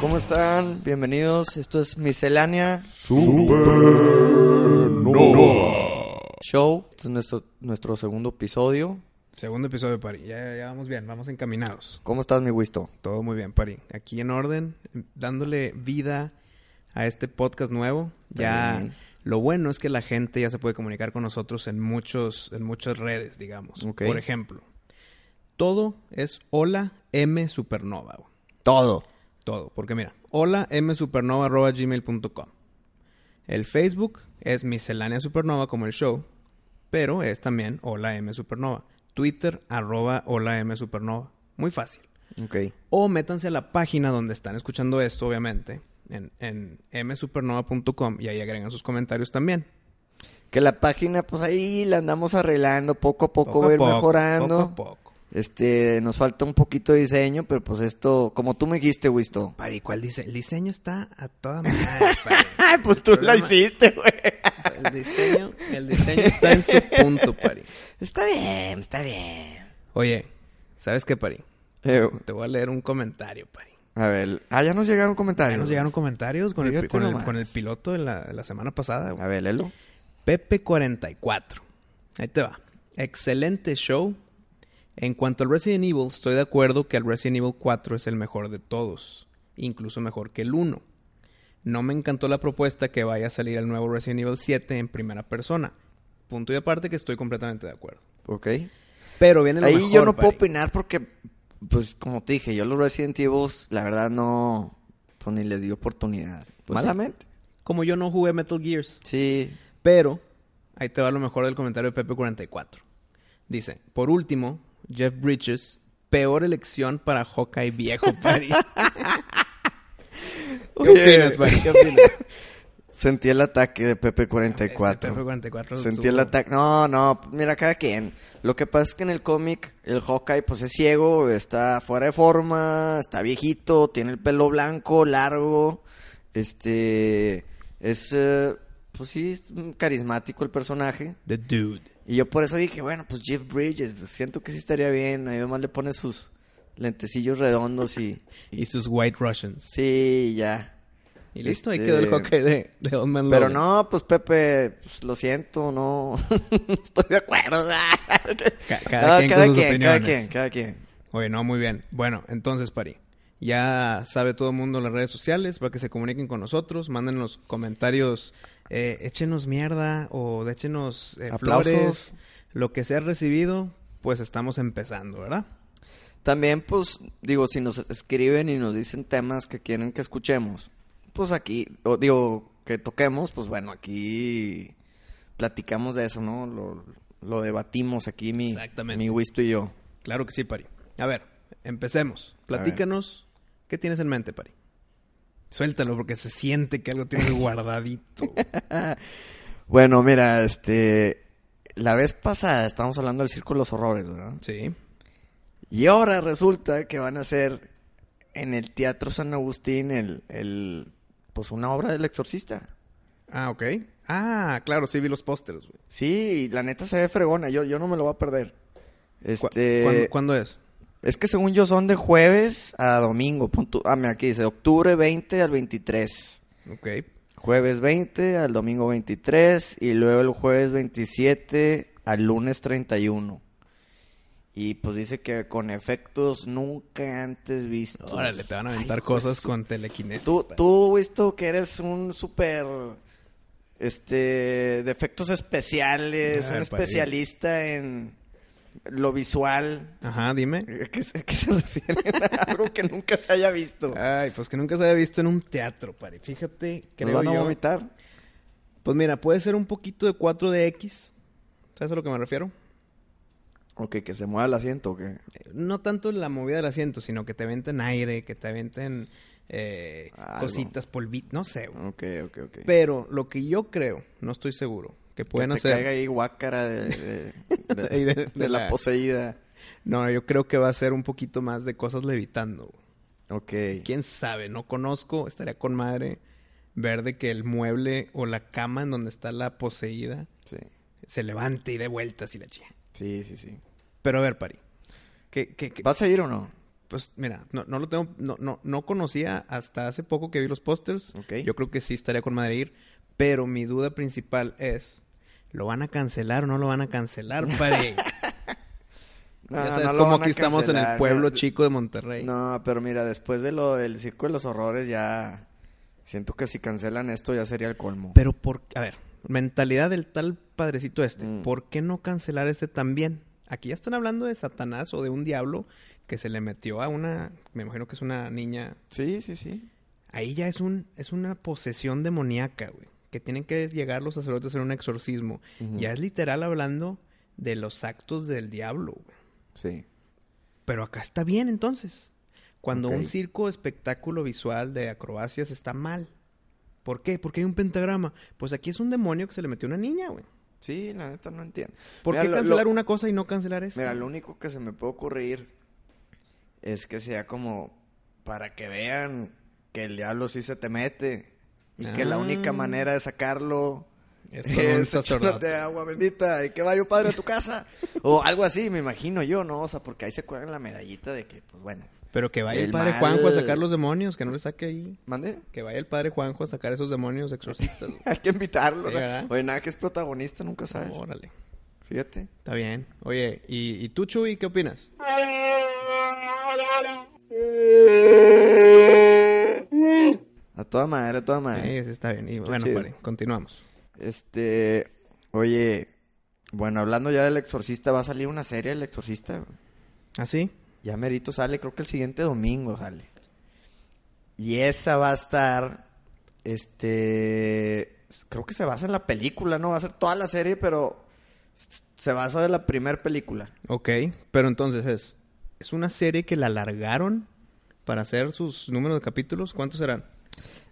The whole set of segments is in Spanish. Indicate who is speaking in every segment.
Speaker 1: ¿Cómo están? Bienvenidos. Esto es Miscelánea Show. Este es nuestro, nuestro segundo episodio.
Speaker 2: Segundo episodio, Pari. Ya, ya vamos bien, vamos encaminados.
Speaker 1: ¿Cómo estás, mi Wisto?
Speaker 2: Todo muy bien, Pari. Aquí en orden, dándole vida a este podcast nuevo. Ya
Speaker 1: También.
Speaker 2: lo bueno es que la gente ya se puede comunicar con nosotros en muchos, en muchas redes, digamos.
Speaker 1: Ok.
Speaker 2: Por ejemplo, todo es hola M Supernova. güey.
Speaker 1: Todo.
Speaker 2: Todo. Porque mira, hola msupernova.gmail.com. El Facebook es miscelánea supernova como el show, pero es también hola msupernova. Twitter arroba hola msupernova. Muy fácil.
Speaker 1: Ok.
Speaker 2: O métanse a la página donde están escuchando esto, obviamente, en, en msupernova.com y ahí agregan sus comentarios también.
Speaker 1: Que la página, pues ahí la andamos arreglando poco a poco, va a ir mejorando.
Speaker 2: Poco a poco.
Speaker 1: Este, nos falta un poquito de diseño, pero pues esto, como tú me dijiste, Wisto.
Speaker 2: Pari, ¿cuál dice? El diseño está a toda madre. pari.
Speaker 1: Ay, pues tú
Speaker 2: El
Speaker 1: la
Speaker 2: problema-
Speaker 1: hiciste, güey.
Speaker 2: El diseño, el diseño está en su punto, Pari.
Speaker 1: Está bien, está bien.
Speaker 2: Oye, ¿sabes qué, Pari?
Speaker 1: Eh,
Speaker 2: Te voy a leer un comentario, Pari.
Speaker 1: a ver, ah, ya nos llegaron comentarios.
Speaker 2: Ya nos llegaron comentarios con, el,
Speaker 1: Fíjate
Speaker 2: con, el,
Speaker 1: nomás.
Speaker 2: con el piloto de la, de la semana pasada.
Speaker 1: A ver, Lelo.
Speaker 2: Pepe44. Ahí te va. Excelente show. En cuanto al Resident Evil, estoy de acuerdo que el Resident Evil 4 es el mejor de todos. Incluso mejor que el 1. No me encantó la propuesta que vaya a salir el nuevo Resident Evil 7 en primera persona. Punto y aparte que estoy completamente de acuerdo.
Speaker 1: Ok.
Speaker 2: Pero viene lo
Speaker 1: Ahí
Speaker 2: mejor,
Speaker 1: yo no puedo
Speaker 2: Pari.
Speaker 1: opinar porque, pues como te dije, yo los Resident Evil, la verdad no, pues ni les di oportunidad.
Speaker 2: Pues sí.
Speaker 1: Malamente.
Speaker 2: Como yo no jugué Metal Gears.
Speaker 1: Sí.
Speaker 2: Pero, ahí te va lo mejor del comentario de Pepe44. Dice, por último, Jeff Bridges, peor elección para Hawkeye viejo, Pari. ¿Qué opinas, Pari? ¿Qué opinas?
Speaker 1: Sentí el ataque de Pepe 44.
Speaker 2: Pepe44.
Speaker 1: Sentí el ataque. No, no, mira, cada quien. Lo que pasa es que en el cómic, el Hawkeye, pues es ciego, está fuera de forma, está viejito, tiene el pelo blanco, largo. Este. Es. eh, pues sí, es carismático el personaje.
Speaker 2: The Dude.
Speaker 1: Y yo por eso dije, bueno, pues Jeff Bridges, pues siento que sí estaría bien. Ahí nomás le pone sus lentecillos redondos y.
Speaker 2: Y sus White Russians.
Speaker 1: Sí, ya.
Speaker 2: Y listo, ahí
Speaker 1: Este,
Speaker 2: quedó el Hawkeye de, de Old Man
Speaker 1: Pero
Speaker 2: Logan.
Speaker 1: no, pues Pepe, pues, lo siento, no estoy de acuerdo.
Speaker 2: Ca- cada quien con sus
Speaker 1: cada
Speaker 2: opiniones.
Speaker 1: quien, cada quien.
Speaker 2: Oye, no, muy bien. Bueno, entonces, Pari, ya sabe todo el mundo en las redes sociales para que se comuniquen con nosotros, manden los comentarios, eh, échenos mierda o échenos eh,
Speaker 1: Aplausos.
Speaker 2: flores, lo que sea recibido, pues estamos empezando, ¿verdad?
Speaker 1: También, pues, digo, si nos escriben y nos dicen temas que quieren que escuchemos, pues aquí, o digo, que toquemos, pues bueno, aquí platicamos de eso, ¿no? Lo, lo debatimos aquí mi,
Speaker 2: Exactamente.
Speaker 1: mi Wisto y yo.
Speaker 2: Claro que sí, Pari. A ver,
Speaker 1: A
Speaker 2: empecemos.
Speaker 1: ver.
Speaker 2: Platícanos, ¿qué tienes en mente, Pari? Suéltalo porque se siente que algo tienes guardadito.
Speaker 1: Bueno, mira, este, la vez pasada estábamos hablando del Círculo de los Horrores, ¿verdad?
Speaker 2: Sí.
Speaker 1: Y ahora resulta que van a hacer en el Teatro San Agustín el, el pues una obra del exorcista.
Speaker 2: Ah, ok. Ah, claro, sí vi los pósters, güey.
Speaker 1: Sí, y la neta se ve fregona, yo, yo no me lo voy a perder.
Speaker 2: ¿Cu-
Speaker 1: Este,
Speaker 2: ¿Cuándo, cuándo es?
Speaker 1: Es que según yo son de jueves a domingo. pon tú- ah, mira, aquí dice octubre 20 al 23.
Speaker 2: Ok.
Speaker 1: Jueves 20 al domingo 23 y luego el jueves 27 al lunes 31. Y pues dice que con efectos nunca antes vistos.
Speaker 2: Órale, te van a aventar
Speaker 1: Ay, hijo de
Speaker 2: cosas
Speaker 1: su-
Speaker 2: con telequinesis.
Speaker 1: Tú,
Speaker 2: pa.
Speaker 1: tú, visto que eres un súper. Este. De efectos especiales,
Speaker 2: A
Speaker 1: un
Speaker 2: Eh, ver, Padilla.
Speaker 1: especialista en. lo visual.
Speaker 2: Ajá, dime.
Speaker 1: ¿A qué, se- a qué se refiere? A algo que nunca se haya visto.
Speaker 2: Ay, pues que nunca se había visto en un teatro, pare. Fíjate,
Speaker 1: ¿Nos
Speaker 2: creo
Speaker 1: van a
Speaker 2: yo.
Speaker 1: vomitar?
Speaker 2: Pues mira, puede ser un poquito de 4DX. ¿Sabes a lo que me refiero?
Speaker 1: ¿O que, que se mueva el asiento o qué?
Speaker 2: Eh, No tanto la movida del asiento, sino que te aventen aire, que te aventen eh,
Speaker 1: Algo.
Speaker 2: cositas, polvit, no sé. güey.
Speaker 1: Ok, ok, ok.
Speaker 2: Pero lo que yo creo, no estoy seguro, que
Speaker 1: que
Speaker 2: pueden
Speaker 1: te
Speaker 2: hacer...
Speaker 1: caiga ahí guácara de, de- de-
Speaker 2: Ahí de-
Speaker 1: de
Speaker 2: de
Speaker 1: la,
Speaker 2: la-
Speaker 1: poseída.
Speaker 2: No, yo creo que va a ser un poquito más de cosas levitando. güey.
Speaker 1: Ok.
Speaker 2: Quién sabe, no conozco, estaría con madre ver de que el mueble o la cama en donde está la poseída
Speaker 1: Sí,
Speaker 2: se levante y dé vueltas y la chía.
Speaker 1: sí, sí. sí.
Speaker 2: Pero a ver, Pari. ¿Qué, qué, qué?
Speaker 1: ¿Vas a ir o no?
Speaker 2: Pues mira, no, no lo tengo, no, no, no conocía hasta hace poco que vi los pósters.
Speaker 1: Ok.
Speaker 2: Yo creo que sí estaría con madre ir. Pero mi duda principal es: ¿lo van a cancelar o no lo van a cancelar, Pari? ya sabes
Speaker 1: lo
Speaker 2: cómo
Speaker 1: van a
Speaker 2: aquí estamos en el
Speaker 1: cancelar,
Speaker 2: pueblo
Speaker 1: mira.
Speaker 2: chico de Monterrey.
Speaker 1: No, pero mira, después de lo del Circo de los Horrores ya... Siento que si cancelan esto ya sería el colmo.
Speaker 2: Pero por, a ver, mentalidad del tal padrecito este,
Speaker 1: Mm.
Speaker 2: ¿por qué no cancelar ese también? Aquí ya están hablando de Satanás o de un diablo que se le metió a una, me imagino que es una niña.
Speaker 1: Sí, sí, sí.
Speaker 2: Ahí ya es un es una posesión demoníaca, güey, que tienen que llegar los sacerdotes a hacer un exorcismo.
Speaker 1: Ujú.
Speaker 2: Ya es literal hablando de los actos del diablo, güey.
Speaker 1: Sí.
Speaker 2: Pero acá está bien entonces. Cuando
Speaker 1: Ok.
Speaker 2: un circo espectáculo visual de acrobacias está mal. ¿Por qué? Porque hay un pentagrama. Pues aquí es un demonio que se le metió a una niña, güey.
Speaker 1: Sí, la neta no entiendo.
Speaker 2: ¿Por
Speaker 1: Mira,
Speaker 2: qué
Speaker 1: lo-
Speaker 2: cancelar
Speaker 1: lo-
Speaker 2: una cosa y no cancelar esta?
Speaker 1: Mira, lo único que se me puede ocurrir es que sea como para que vean que el diablo sí se te mete y que la
Speaker 2: Ah.
Speaker 1: única manera de sacarlo
Speaker 2: Es
Speaker 1: es,
Speaker 2: con un sacerdote.
Speaker 1: echándote agua bendita y que vaya padre a tu casa o algo así, me imagino yo, ¿no? O sea, porque ahí se cuelgan la medallita de que, pues bueno,
Speaker 2: Pero que vaya el,
Speaker 1: el
Speaker 2: padre
Speaker 1: mal-
Speaker 2: Juanjo a sacar los demonios, que no le saque ahí.
Speaker 1: mande.
Speaker 2: Que vaya el padre Juanjo a sacar esos demonios exorcistas. güey.
Speaker 1: Hay que invitarlo.
Speaker 2: Sí,
Speaker 1: ¿no?
Speaker 2: ¿verdad?
Speaker 1: Oye, nada que es protagonista, nunca sabes.
Speaker 2: Órale.
Speaker 1: Fíjate.
Speaker 2: Está bien. Oye, ¿y, y tú, Chuy, qué opinas?
Speaker 1: A toda madre, a toda madre.
Speaker 2: Sí, sí, está bien. Y bueno,
Speaker 1: Ah, chido.
Speaker 2: pare, continuamos.
Speaker 1: Este, oye, bueno, hablando ya del exorcista, va a salir una serie del exorcista. güey.
Speaker 2: ¿Así?
Speaker 1: Ya merito sale, creo que el siguiente domingo sale. Y esa va a estar, este, s- creo que se basa en la película, ¿no? Va a ser toda la serie, pero s- se basa de la primer película.
Speaker 2: Ok. Pero entonces es. Es una serie que la alargaron para hacer sus números de capítulos. ¿Cuántos serán?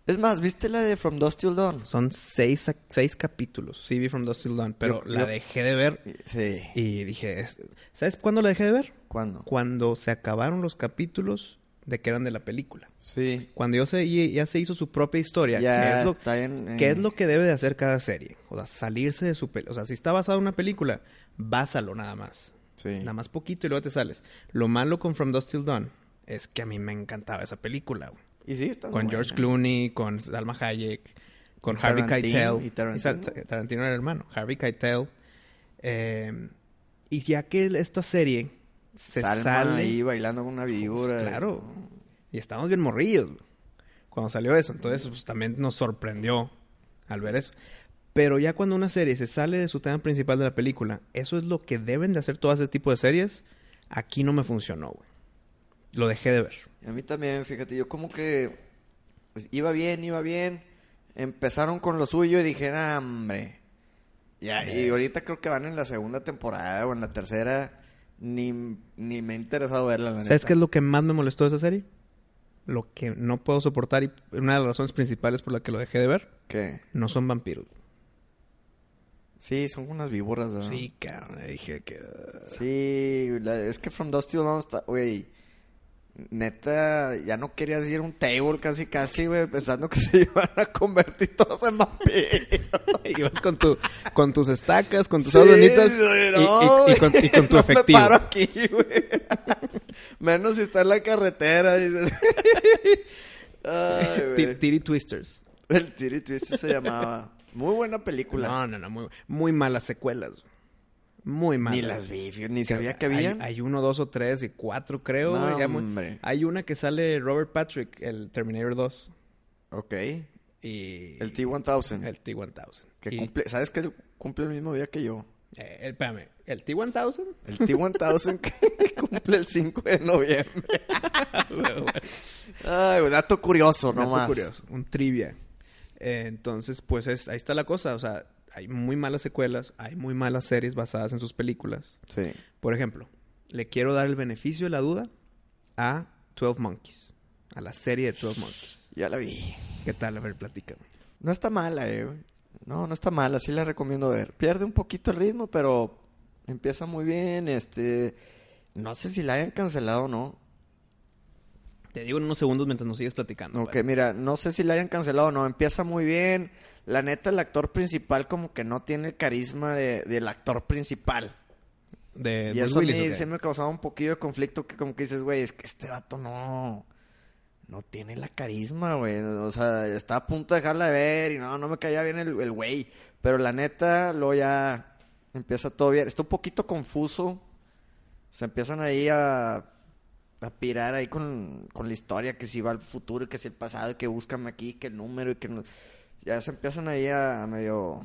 Speaker 1: Es más, ¿viste la de From Dust Till Dawn?
Speaker 2: Son seis, ac- seis capítulos. Sí, vi From Dust Till Dawn. Pero
Speaker 1: Yo-
Speaker 2: la
Speaker 1: yo-
Speaker 2: dejé de ver
Speaker 1: Sí.
Speaker 2: Y dije, "Es- ¿sabes cuándo la dejé de ver?
Speaker 1: ¿Cuándo?
Speaker 2: Cuando se acabaron los capítulos de que eran de la película.
Speaker 1: Sí.
Speaker 2: Cuando yo se, y- ya se hizo su propia historia, que,
Speaker 1: Ya
Speaker 2: es lo,
Speaker 1: está en... en-
Speaker 2: que es lo que debe de hacer cada serie. O sea, salirse de su película. O sea, si está basado en una película, básalo nada más.
Speaker 1: Sí.
Speaker 2: Nada más poquito y luego te sales. Lo malo con From Dust Till Dawn es que a mí me encantaba esa película. güey.
Speaker 1: Y sí, está
Speaker 2: Con
Speaker 1: buena.
Speaker 2: George Clooney, con Salma Hayek, con Harvey
Speaker 1: Tarantino,
Speaker 2: Keitel.
Speaker 1: y Tarantino.
Speaker 2: Sa- Sa- Tarantino era el hermano. Harvey Keitel. Eh, y ya que el- esta serie se
Speaker 1: Salma
Speaker 2: sale...
Speaker 1: ahí bailando con una víbora.
Speaker 2: Claro. Y estamos bien morrillos güey, cuando salió eso. Entonces, pues también nos sorprendió al ver eso. Pero ya cuando una serie se sale de su tema principal de la película, eso es lo que deben de hacer todas ese tipo de series. Aquí no me funcionó, güey. Lo dejé de ver.
Speaker 1: Y A mí también, fíjate, yo como que pues, iba bien, iba bien. Empezaron con lo suyo y dije, "Ah, hombre. Ya, y ahorita creo que van en la segunda temporada o en la tercera. Ni, ni me ha interesado verla, la
Speaker 2: ¿Sabes
Speaker 1: neta.
Speaker 2: qué es lo que más me molestó de esa serie? Lo que no puedo soportar y una de las razones principales por la que lo dejé de ver,
Speaker 1: ¿Qué?
Speaker 2: no son vampiros.
Speaker 1: Sí, son unas víboras, ¿verdad?
Speaker 2: Sí, cabrón, dije que... uh,
Speaker 1: Sí, la- es que From Dusty Dawn está, güey. Neta, ya no querías ir a un table casi, casi, güey, pensando que se iban a convertir todos en vampiros.
Speaker 2: Ibas con, tu, con tus estacas, con tus
Speaker 1: Sí,
Speaker 2: adonitas
Speaker 1: güey,
Speaker 2: y,
Speaker 1: no,
Speaker 2: y- y con, y con tu
Speaker 1: no
Speaker 2: efectivo.
Speaker 1: Me paro aquí, güey. Menos si está en la carretera. dice. Ay,
Speaker 2: Ti-
Speaker 1: güey.
Speaker 2: Titty Twisters.
Speaker 1: El Tiri Twist se llamaba. Muy buena película.
Speaker 2: No, no, no, muy, muy malas secuelas. güey. Muy malas.
Speaker 1: ni las vi, fío, ni sabía que
Speaker 2: Hay-
Speaker 1: habían.
Speaker 2: Hay, uno, dos o tres y cuatro, creo.
Speaker 1: No,
Speaker 2: güey, ya muy-
Speaker 1: hombre.
Speaker 2: Hay una que sale Robert Patrick, el Terminator 2.
Speaker 1: Ok.
Speaker 2: Y...
Speaker 1: El T-1000.
Speaker 2: El T-1000.
Speaker 1: Que
Speaker 2: Y-
Speaker 1: cumple, ¿sabes que cumple el mismo día que yo?
Speaker 2: Eh, el- espérame, ¿el T-1000?
Speaker 1: El T-1000 que cumple el 5 de noviembre. Ay, güey, dato curioso
Speaker 2: Dato
Speaker 1: nomás.
Speaker 2: curioso, un trivia. Eh, entonces, pues es- ahí está la cosa. O sea, hay muy malas secuelas, hay muy malas series basadas en sus películas.
Speaker 1: Sí.
Speaker 2: Por ejemplo, le quiero dar el beneficio de la duda a 12 Monkeys, a la serie de 12 Monkeys.
Speaker 1: Ya la vi.
Speaker 2: ¿Qué tal? A ver, platícame.
Speaker 1: No está mala, eh, güey. No, no está mala, sí la recomiendo ver. Pierde un poquito el ritmo, pero empieza muy bien. Este. No sé si la hayan cancelado o no.
Speaker 2: Te digo en unos segundos mientras nos sigues platicando.
Speaker 1: Ok, mira, no sé si la hayan cancelado o no. Empieza muy bien. La neta, el actor principal, como que no tiene el carisma de- del actor principal. Y
Speaker 2: De Eh, Bruce
Speaker 1: eso a
Speaker 2: Willis,
Speaker 1: mí
Speaker 2: ¿o qué?
Speaker 1: se me causaba un poquillo de conflicto que como que dices, güey, es que este vato no... No tiene la carisma, güey. O sea, está a punto de dejarla de ver y no, no me caía bien el el güey. Pero la neta, luego ya empieza todo bien. Está un poquito confuso. Se empiezan ahí a, a pirar ahí con, con la historia, que si va al futuro y que si el pasado, y que búscame aquí, que el número y que... no- Ya se empiezan ahí a, a medio...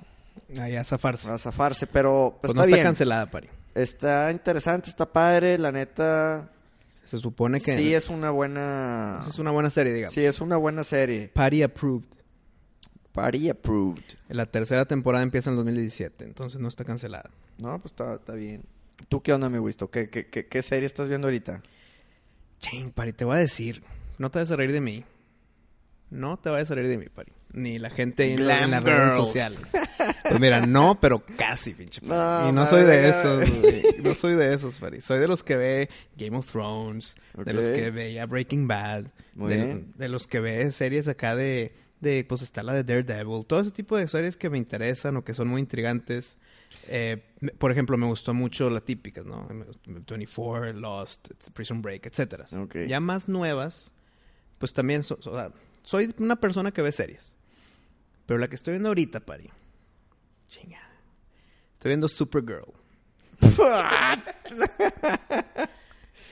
Speaker 2: Ahí a zafarse.
Speaker 1: a zafarse, pero... Pues,
Speaker 2: Pues no
Speaker 1: Ah, está
Speaker 2: está
Speaker 1: bien.
Speaker 2: cancelada, Pari.
Speaker 1: Está interesante, está padre, la neta.
Speaker 2: Se supone que
Speaker 1: Sí es una buena.
Speaker 2: es una buena serie, digamos.
Speaker 1: Sí es una buena serie.
Speaker 2: Party Approved.
Speaker 1: Party approved.
Speaker 2: La tercera temporada empieza en el 2017, entonces no está cancelada.
Speaker 1: No, pues está, está bien. ¿Tú qué onda, mi Wisto? ¿Qué, qué, qué, qué serie estás viendo ahorita?
Speaker 2: Ching, Pari, te voy a decir. No te vas a reír de mí. No te vayas a reír de mí, Pari. Ni la gente ahí en, la- en
Speaker 1: Glam
Speaker 2: las redes
Speaker 1: girls.
Speaker 2: sociales. Pues mira, no, pero casi, pinche Pari.
Speaker 1: No,
Speaker 2: y no
Speaker 1: madre,
Speaker 2: soy de
Speaker 1: ya-
Speaker 2: esos, güey. No soy de esos, Pari. Soy de los que ve Game of Thrones, de los
Speaker 1: Ok.
Speaker 2: que veía Breaking Bad,
Speaker 1: Muy
Speaker 2: de,
Speaker 1: bien.
Speaker 2: de los que ve series acá de, de, pues está la de Daredevil, todo ese tipo de series que me interesan o que son muy intrigantes. Eh, me- por ejemplo, me gustó mucho las típicas, ¿no? Me gustó 24, Lost, Prison Break, etcétera.
Speaker 1: Ok.
Speaker 2: Ya más nuevas, pues también, so- so- o sea, soy una persona que ve series. Pero la que estoy viendo ahorita, Pari, chinga, estoy viendo Supergirl.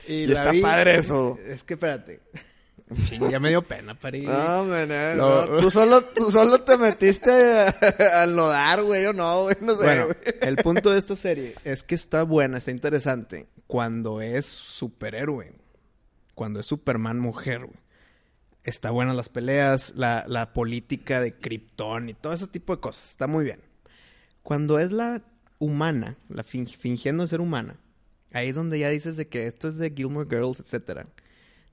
Speaker 1: Y
Speaker 2: la
Speaker 1: está
Speaker 2: vi-
Speaker 1: padre eso.
Speaker 2: Es que espérate. Chinga, ya me dio pena, Pari.
Speaker 1: No, men, eh,
Speaker 2: No.
Speaker 1: no, Tú, solo, tú solo te metiste a- al nodar, güey, o no, güey, no sé,
Speaker 2: Bueno,
Speaker 1: güey.
Speaker 2: el punto de esta serie es que está buena, está interesante cuando es superhéroe. Cuando es Superman mujer, güey. Está buena las peleas, la, la política de Krypton y todo ese tipo de cosas. Está muy bien. Cuando es la humana, la fin- fingiendo ser humana, ahí es donde ya dices de que esto es de Gilmore Girls, etcétera.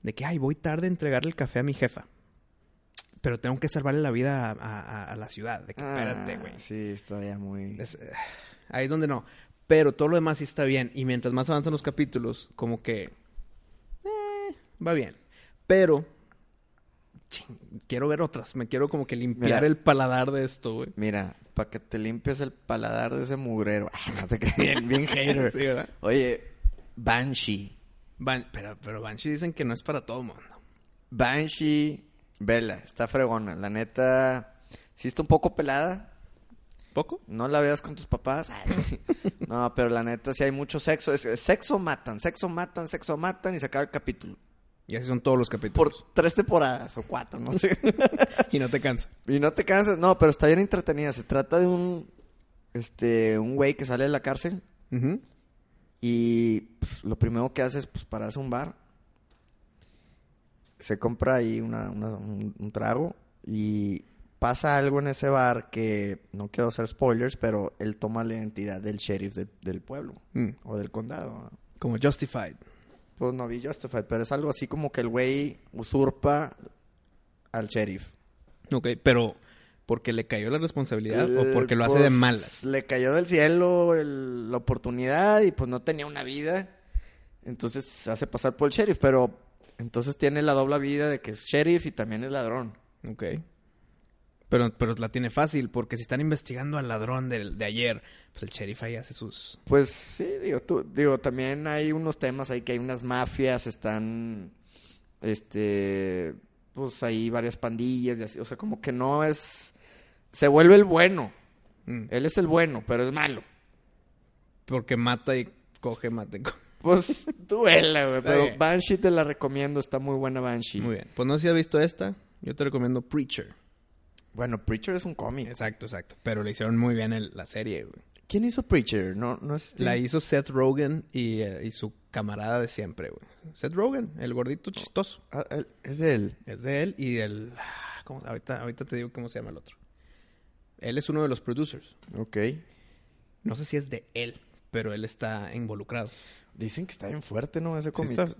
Speaker 2: De que, ay, voy tarde a entregarle el café a mi jefa. Pero tengo que salvarle la vida a, a- a la ciudad. De que, espérate,
Speaker 1: Ah,
Speaker 2: güey.
Speaker 1: Sí, está ya muy.
Speaker 2: Es- eh, ahí es donde no. Pero todo lo demás sí está bien. Y mientras más avanzan los capítulos, como que. eh, va bien. Pero. ching, quiero ver otras. Me quiero como que limpiar
Speaker 1: Mira.
Speaker 2: el paladar de esto, güey.
Speaker 1: Mira, para que te limpies el paladar de ese mugrero. Ah, no te creas, bien, bien hater.
Speaker 2: Sí, ¿verdad?
Speaker 1: Oye, Banshee.
Speaker 2: Ban- pero, pero Banshee dicen que no es para todo mundo.
Speaker 1: Banshee, vela, está fregona. La neta, sí está un poco pelada.
Speaker 2: ¿Poco?
Speaker 1: No la veas con tus papás. No, pero la neta, sí hay mucho sexo. Es- es sexo matan, sexo matan, sexo matan y se acaba el capítulo.
Speaker 2: Y así son todos los
Speaker 1: Por
Speaker 2: capítulos.
Speaker 1: tres temporadas o cuatro, no sé.
Speaker 2: Y no te cansa.
Speaker 1: Y no te cansas. No, pero está bien entretenida. Se trata de un, este, un güey que sale de la cárcel
Speaker 2: Ujú.
Speaker 1: Y pues, lo primero que hace es pues, pararse a un bar. Se compra ahí una- una- un, un trago y pasa algo en ese bar que no quiero hacer spoilers, pero él toma la identidad del sheriff de- del pueblo
Speaker 2: Mm.
Speaker 1: o del condado. ¿no?
Speaker 2: Como Justified.
Speaker 1: Pues no vi Justified, pero es algo así como que el güey usurpa al sheriff.
Speaker 2: Ok, pero. ¿Porque le cayó la responsabilidad
Speaker 1: Eh,
Speaker 2: o porque lo hace de
Speaker 1: pues,
Speaker 2: malas?
Speaker 1: Le cayó del cielo el- la oportunidad y pues no tenía una vida. Entonces se hace pasar por el sheriff, pero entonces tiene la doble vida de que es sheriff y también es ladrón.
Speaker 2: Ok. Pero, pero la tiene fácil, porque si están investigando al ladrón del- de, ayer, pues el sheriff ahí hace sus...
Speaker 1: Pues sí, digo, tú- digo, también hay unos temas ahí que hay unas mafias, están, este, pues ahí varias pandillas y así. O sea, como que no es, se vuelve el bueno.
Speaker 2: Mm.
Speaker 1: Él es el bueno, pero es malo.
Speaker 2: Porque mata y coge, mata y coge.
Speaker 1: Pues duela, güey.
Speaker 2: Está
Speaker 1: Pero
Speaker 2: bien.
Speaker 1: Banshee te la recomiendo, está muy buena Banshee.
Speaker 2: Muy bien. Pues no sé si has visto esta, yo te recomiendo Preacher.
Speaker 1: Bueno, Preacher es un cómic.
Speaker 2: Exacto, exacto. Pero le hicieron muy bien el- la serie, güey.
Speaker 1: ¿Quién hizo Preacher? No, no es este-
Speaker 2: La hizo Seth Rogen y, eh, y su camarada de siempre, güey. Seth Rogen, el gordito chistoso.
Speaker 1: Ah, él- es de él.
Speaker 2: Es de él y el... ah, ¿cómo? Ahorita, ahorita te digo cómo se llama el otro. Él es uno de los producers.
Speaker 1: Ok.
Speaker 2: No sé si es de él, pero él está involucrado.
Speaker 1: Dicen que está bien fuerte, ¿no? Ese
Speaker 2: Sí
Speaker 1: cómic.
Speaker 2: está-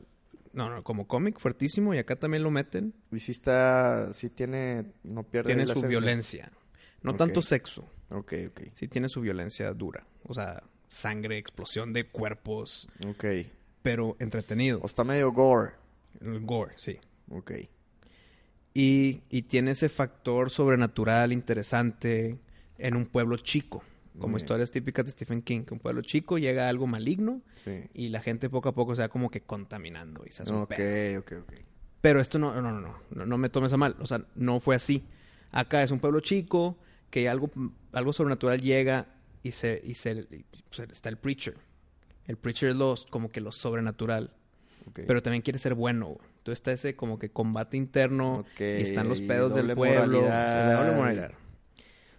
Speaker 2: no, no, como cómic fuertísimo y acá también lo meten.
Speaker 1: Y sí está... Sí tiene... No pierde
Speaker 2: tiene
Speaker 1: la
Speaker 2: su
Speaker 1: esencia.
Speaker 2: violencia. No
Speaker 1: Ok.
Speaker 2: tanto sexo,
Speaker 1: Ok, ok.
Speaker 2: sí tiene su violencia dura. O sea, sangre, explosión de cuerpos,
Speaker 1: Ok.
Speaker 2: pero entretenido.
Speaker 1: O está medio gore.
Speaker 2: El gore, sí.
Speaker 1: Ok.
Speaker 2: Y, y tiene ese factor sobrenatural interesante en un pueblo chico. Como
Speaker 1: Muy bien.
Speaker 2: historias típicas de Stephen King, que un pueblo chico llega algo maligno
Speaker 1: Sí.
Speaker 2: y la gente poco a poco se va como que contaminando y se hace un
Speaker 1: Ok,
Speaker 2: pedo.
Speaker 1: ok, ok.
Speaker 2: Pero esto no, no, no, no, no, no me tomes a mal. O sea, no fue así. Acá es un pueblo chico que algo, algo sobrenatural llega y se, y se, y, pues, está el preacher. El preacher es los, como que lo sobrenatural,
Speaker 1: ok.
Speaker 2: pero también quiere ser bueno. güey. Entonces está ese como que combate interno
Speaker 1: Ok,
Speaker 2: y están los
Speaker 1: y
Speaker 2: pedos del
Speaker 1: doble
Speaker 2: pueblo.
Speaker 1: moralidad.
Speaker 2: La doble moralidad.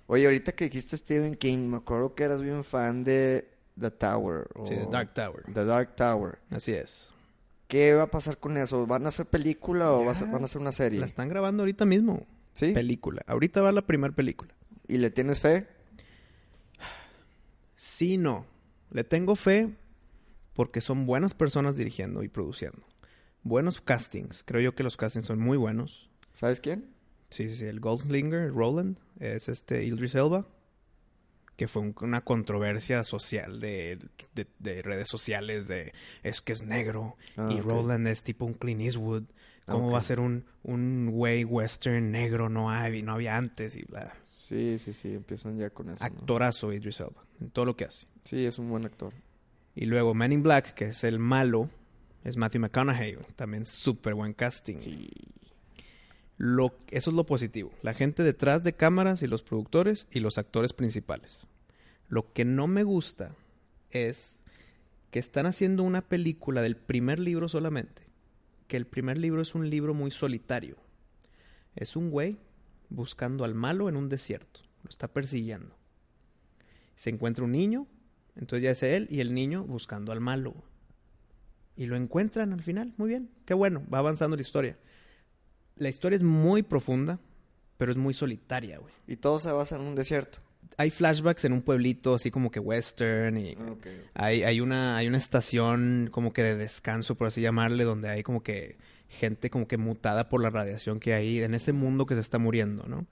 Speaker 1: Oye, ahorita que dijiste Stephen King, me acuerdo que eras bien fan de The Tower. o-
Speaker 2: Sí, The Dark Tower.
Speaker 1: The Dark Tower.
Speaker 2: Así es.
Speaker 1: ¿Qué va a pasar con eso? ¿Van a hacer película o
Speaker 2: Ya.
Speaker 1: vas a- van a hacer una serie?
Speaker 2: La están grabando ahorita mismo.
Speaker 1: ¿Sí?
Speaker 2: Película. Ahorita va la primera película.
Speaker 1: ¿Y le tienes fe?
Speaker 2: Sí, no. Le tengo fe porque son buenas personas dirigiendo y produciendo. Buenos castings. Creo yo que los castings son muy buenos.
Speaker 1: ¿Sabes quién?
Speaker 2: Sí, sí, sí. El Goldslinger, Roland, es este Idris Elba. Que fue un- una controversia social de, de- de redes sociales de es que es negro
Speaker 1: Ah,
Speaker 2: y
Speaker 1: ok.
Speaker 2: Roland es tipo un Clint Eastwood.
Speaker 1: Ah,
Speaker 2: ¿Cómo
Speaker 1: ok.
Speaker 2: va a ser un, un güey western negro? No, hay, no había antes y bla.
Speaker 1: Sí, sí, sí, empiezan ya con eso. ¿no?
Speaker 2: Actorazo Idris Elba en todo lo que hace.
Speaker 1: Sí, es un buen actor.
Speaker 2: Y luego Men in Black, que es el malo, es Matthew McConaughey. güey. También súper buen casting. Lo, eso es lo positivo. La gente detrás de cámaras y los productores y los actores principales. Lo que no me gusta es que están haciendo una película del primer libro solamente. Que el primer libro es un libro muy solitario. Es un güey buscando al malo en un desierto. Lo está persiguiendo. Se encuentra un niño, entonces ya es él y el niño buscando al malo. Y lo encuentran al final. Muy bien, qué bueno, va avanzando la historia. La historia es muy profunda, pero es muy solitaria, güey.
Speaker 1: Y todo se basa en un desierto.
Speaker 2: Hay flashbacks en un pueblito así como que western y
Speaker 1: Ah, Ok.
Speaker 2: hay, hay una, hay una estación como que de descanso, por así llamarle, donde hay como que gente como que mutada por la radiación que hay en ese mundo que se está muriendo, ¿no?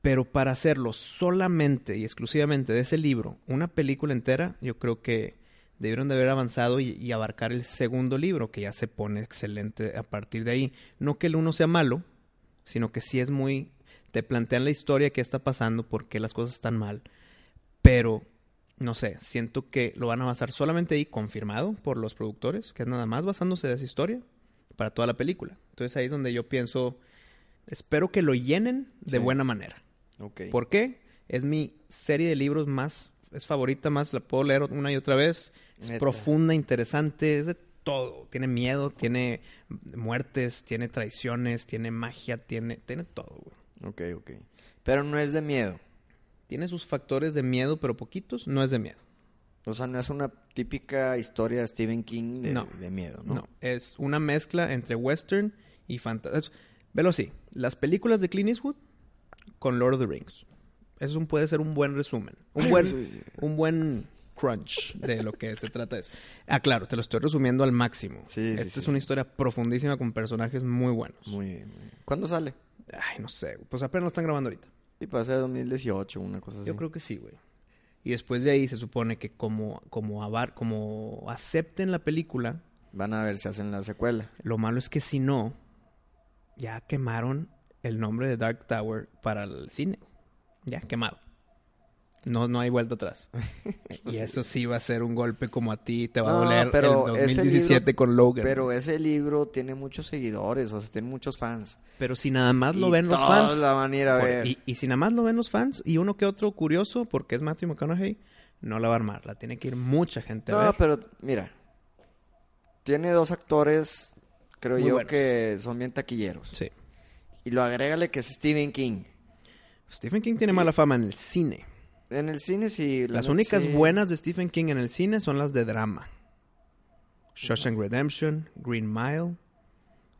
Speaker 2: Pero para hacerlo solamente y exclusivamente de ese libro, una película entera, yo creo que debieron de haber avanzado y, y abarcar el segundo libro, que ya se pone excelente a partir de ahí. No que el uno sea malo, sino que sí es muy... Te plantean la historia, qué está pasando, por qué las cosas están mal. Pero, no sé, siento que lo van a basar solamente ahí, confirmado por los productores, que es nada más basándose de esa historia para toda la película. Entonces ahí es donde yo pienso, espero que lo llenen
Speaker 1: Sí.
Speaker 2: de buena manera.
Speaker 1: Ok.
Speaker 2: ¿Por qué? Es mi serie de libros más, es favorita más, la puedo leer una y otra vez. Es
Speaker 1: Neta.
Speaker 2: profunda, interesante, es de todo. Tiene miedo, tiene muertes, tiene traiciones, tiene magia, tiene, tiene todo, güey.
Speaker 1: Ok, ok. Pero no es de miedo.
Speaker 2: Tiene sus factores de miedo, pero poquitos, no es de miedo.
Speaker 1: O sea, no es una típica historia de Stephen King de,
Speaker 2: No.
Speaker 1: de miedo, ¿no?
Speaker 2: No, es una mezcla entre western y fantasía. Velo así, las películas de Clint Eastwood con Lord of the Rings. Eso es un- puede ser un buen resumen, un
Speaker 1: sí,
Speaker 2: buen,
Speaker 1: sí.
Speaker 2: un buen crunch de lo que se trata eso. Ah, claro, te lo estoy resumiendo al máximo.
Speaker 1: Sí, sí,
Speaker 2: Esta
Speaker 1: sí,
Speaker 2: es
Speaker 1: sí.
Speaker 2: una historia profundísima con personajes muy buenos.
Speaker 1: Muy bien, muy bien. ¿Cuándo sale?
Speaker 2: Ay, no sé, pues apenas lo están grabando ahorita.
Speaker 1: Y para ser 2018, una cosa así.
Speaker 2: Yo creo que sí, güey. Y después de ahí se supone que como, como, abar, como acepten la película,
Speaker 1: Van a ver si hacen la secuela.
Speaker 2: Lo malo es que si no, ya quemaron el nombre de Dark Tower para el cine. Ya, quemado. No, no hay vuelta atrás. y eso sí va a ser un golpe como a ti. Te va
Speaker 1: Pues No,
Speaker 2: a doler
Speaker 1: pero
Speaker 2: el
Speaker 1: ese
Speaker 2: 2017
Speaker 1: libro-
Speaker 2: con Logan.
Speaker 1: Pero ese libro tiene muchos seguidores, o sea, tiene muchos fans.
Speaker 2: Pero si nada más lo
Speaker 1: Y
Speaker 2: ven los
Speaker 1: todos
Speaker 2: fans.
Speaker 1: la van a ir a
Speaker 2: por-
Speaker 1: ver.
Speaker 2: Y, y si nada más lo ven los fans y uno que otro curioso, porque es Matthew McConaughey, no la va a armar. La tiene que ir mucha gente a
Speaker 1: No,
Speaker 2: ver.
Speaker 1: pero mira. Tiene dos actores, creo
Speaker 2: Muy
Speaker 1: yo,
Speaker 2: buenos.
Speaker 1: que son bien taquilleros.
Speaker 2: Sí.
Speaker 1: Y lo agrégale que es Stephen King.
Speaker 2: Stephen King tiene mala fama en el cine.
Speaker 1: En el cine sí. la
Speaker 2: Las
Speaker 1: neta,
Speaker 2: únicas
Speaker 1: sí.
Speaker 2: buenas de Stephen King en el cine son las de drama. Shawshank Redemption, Green Mile.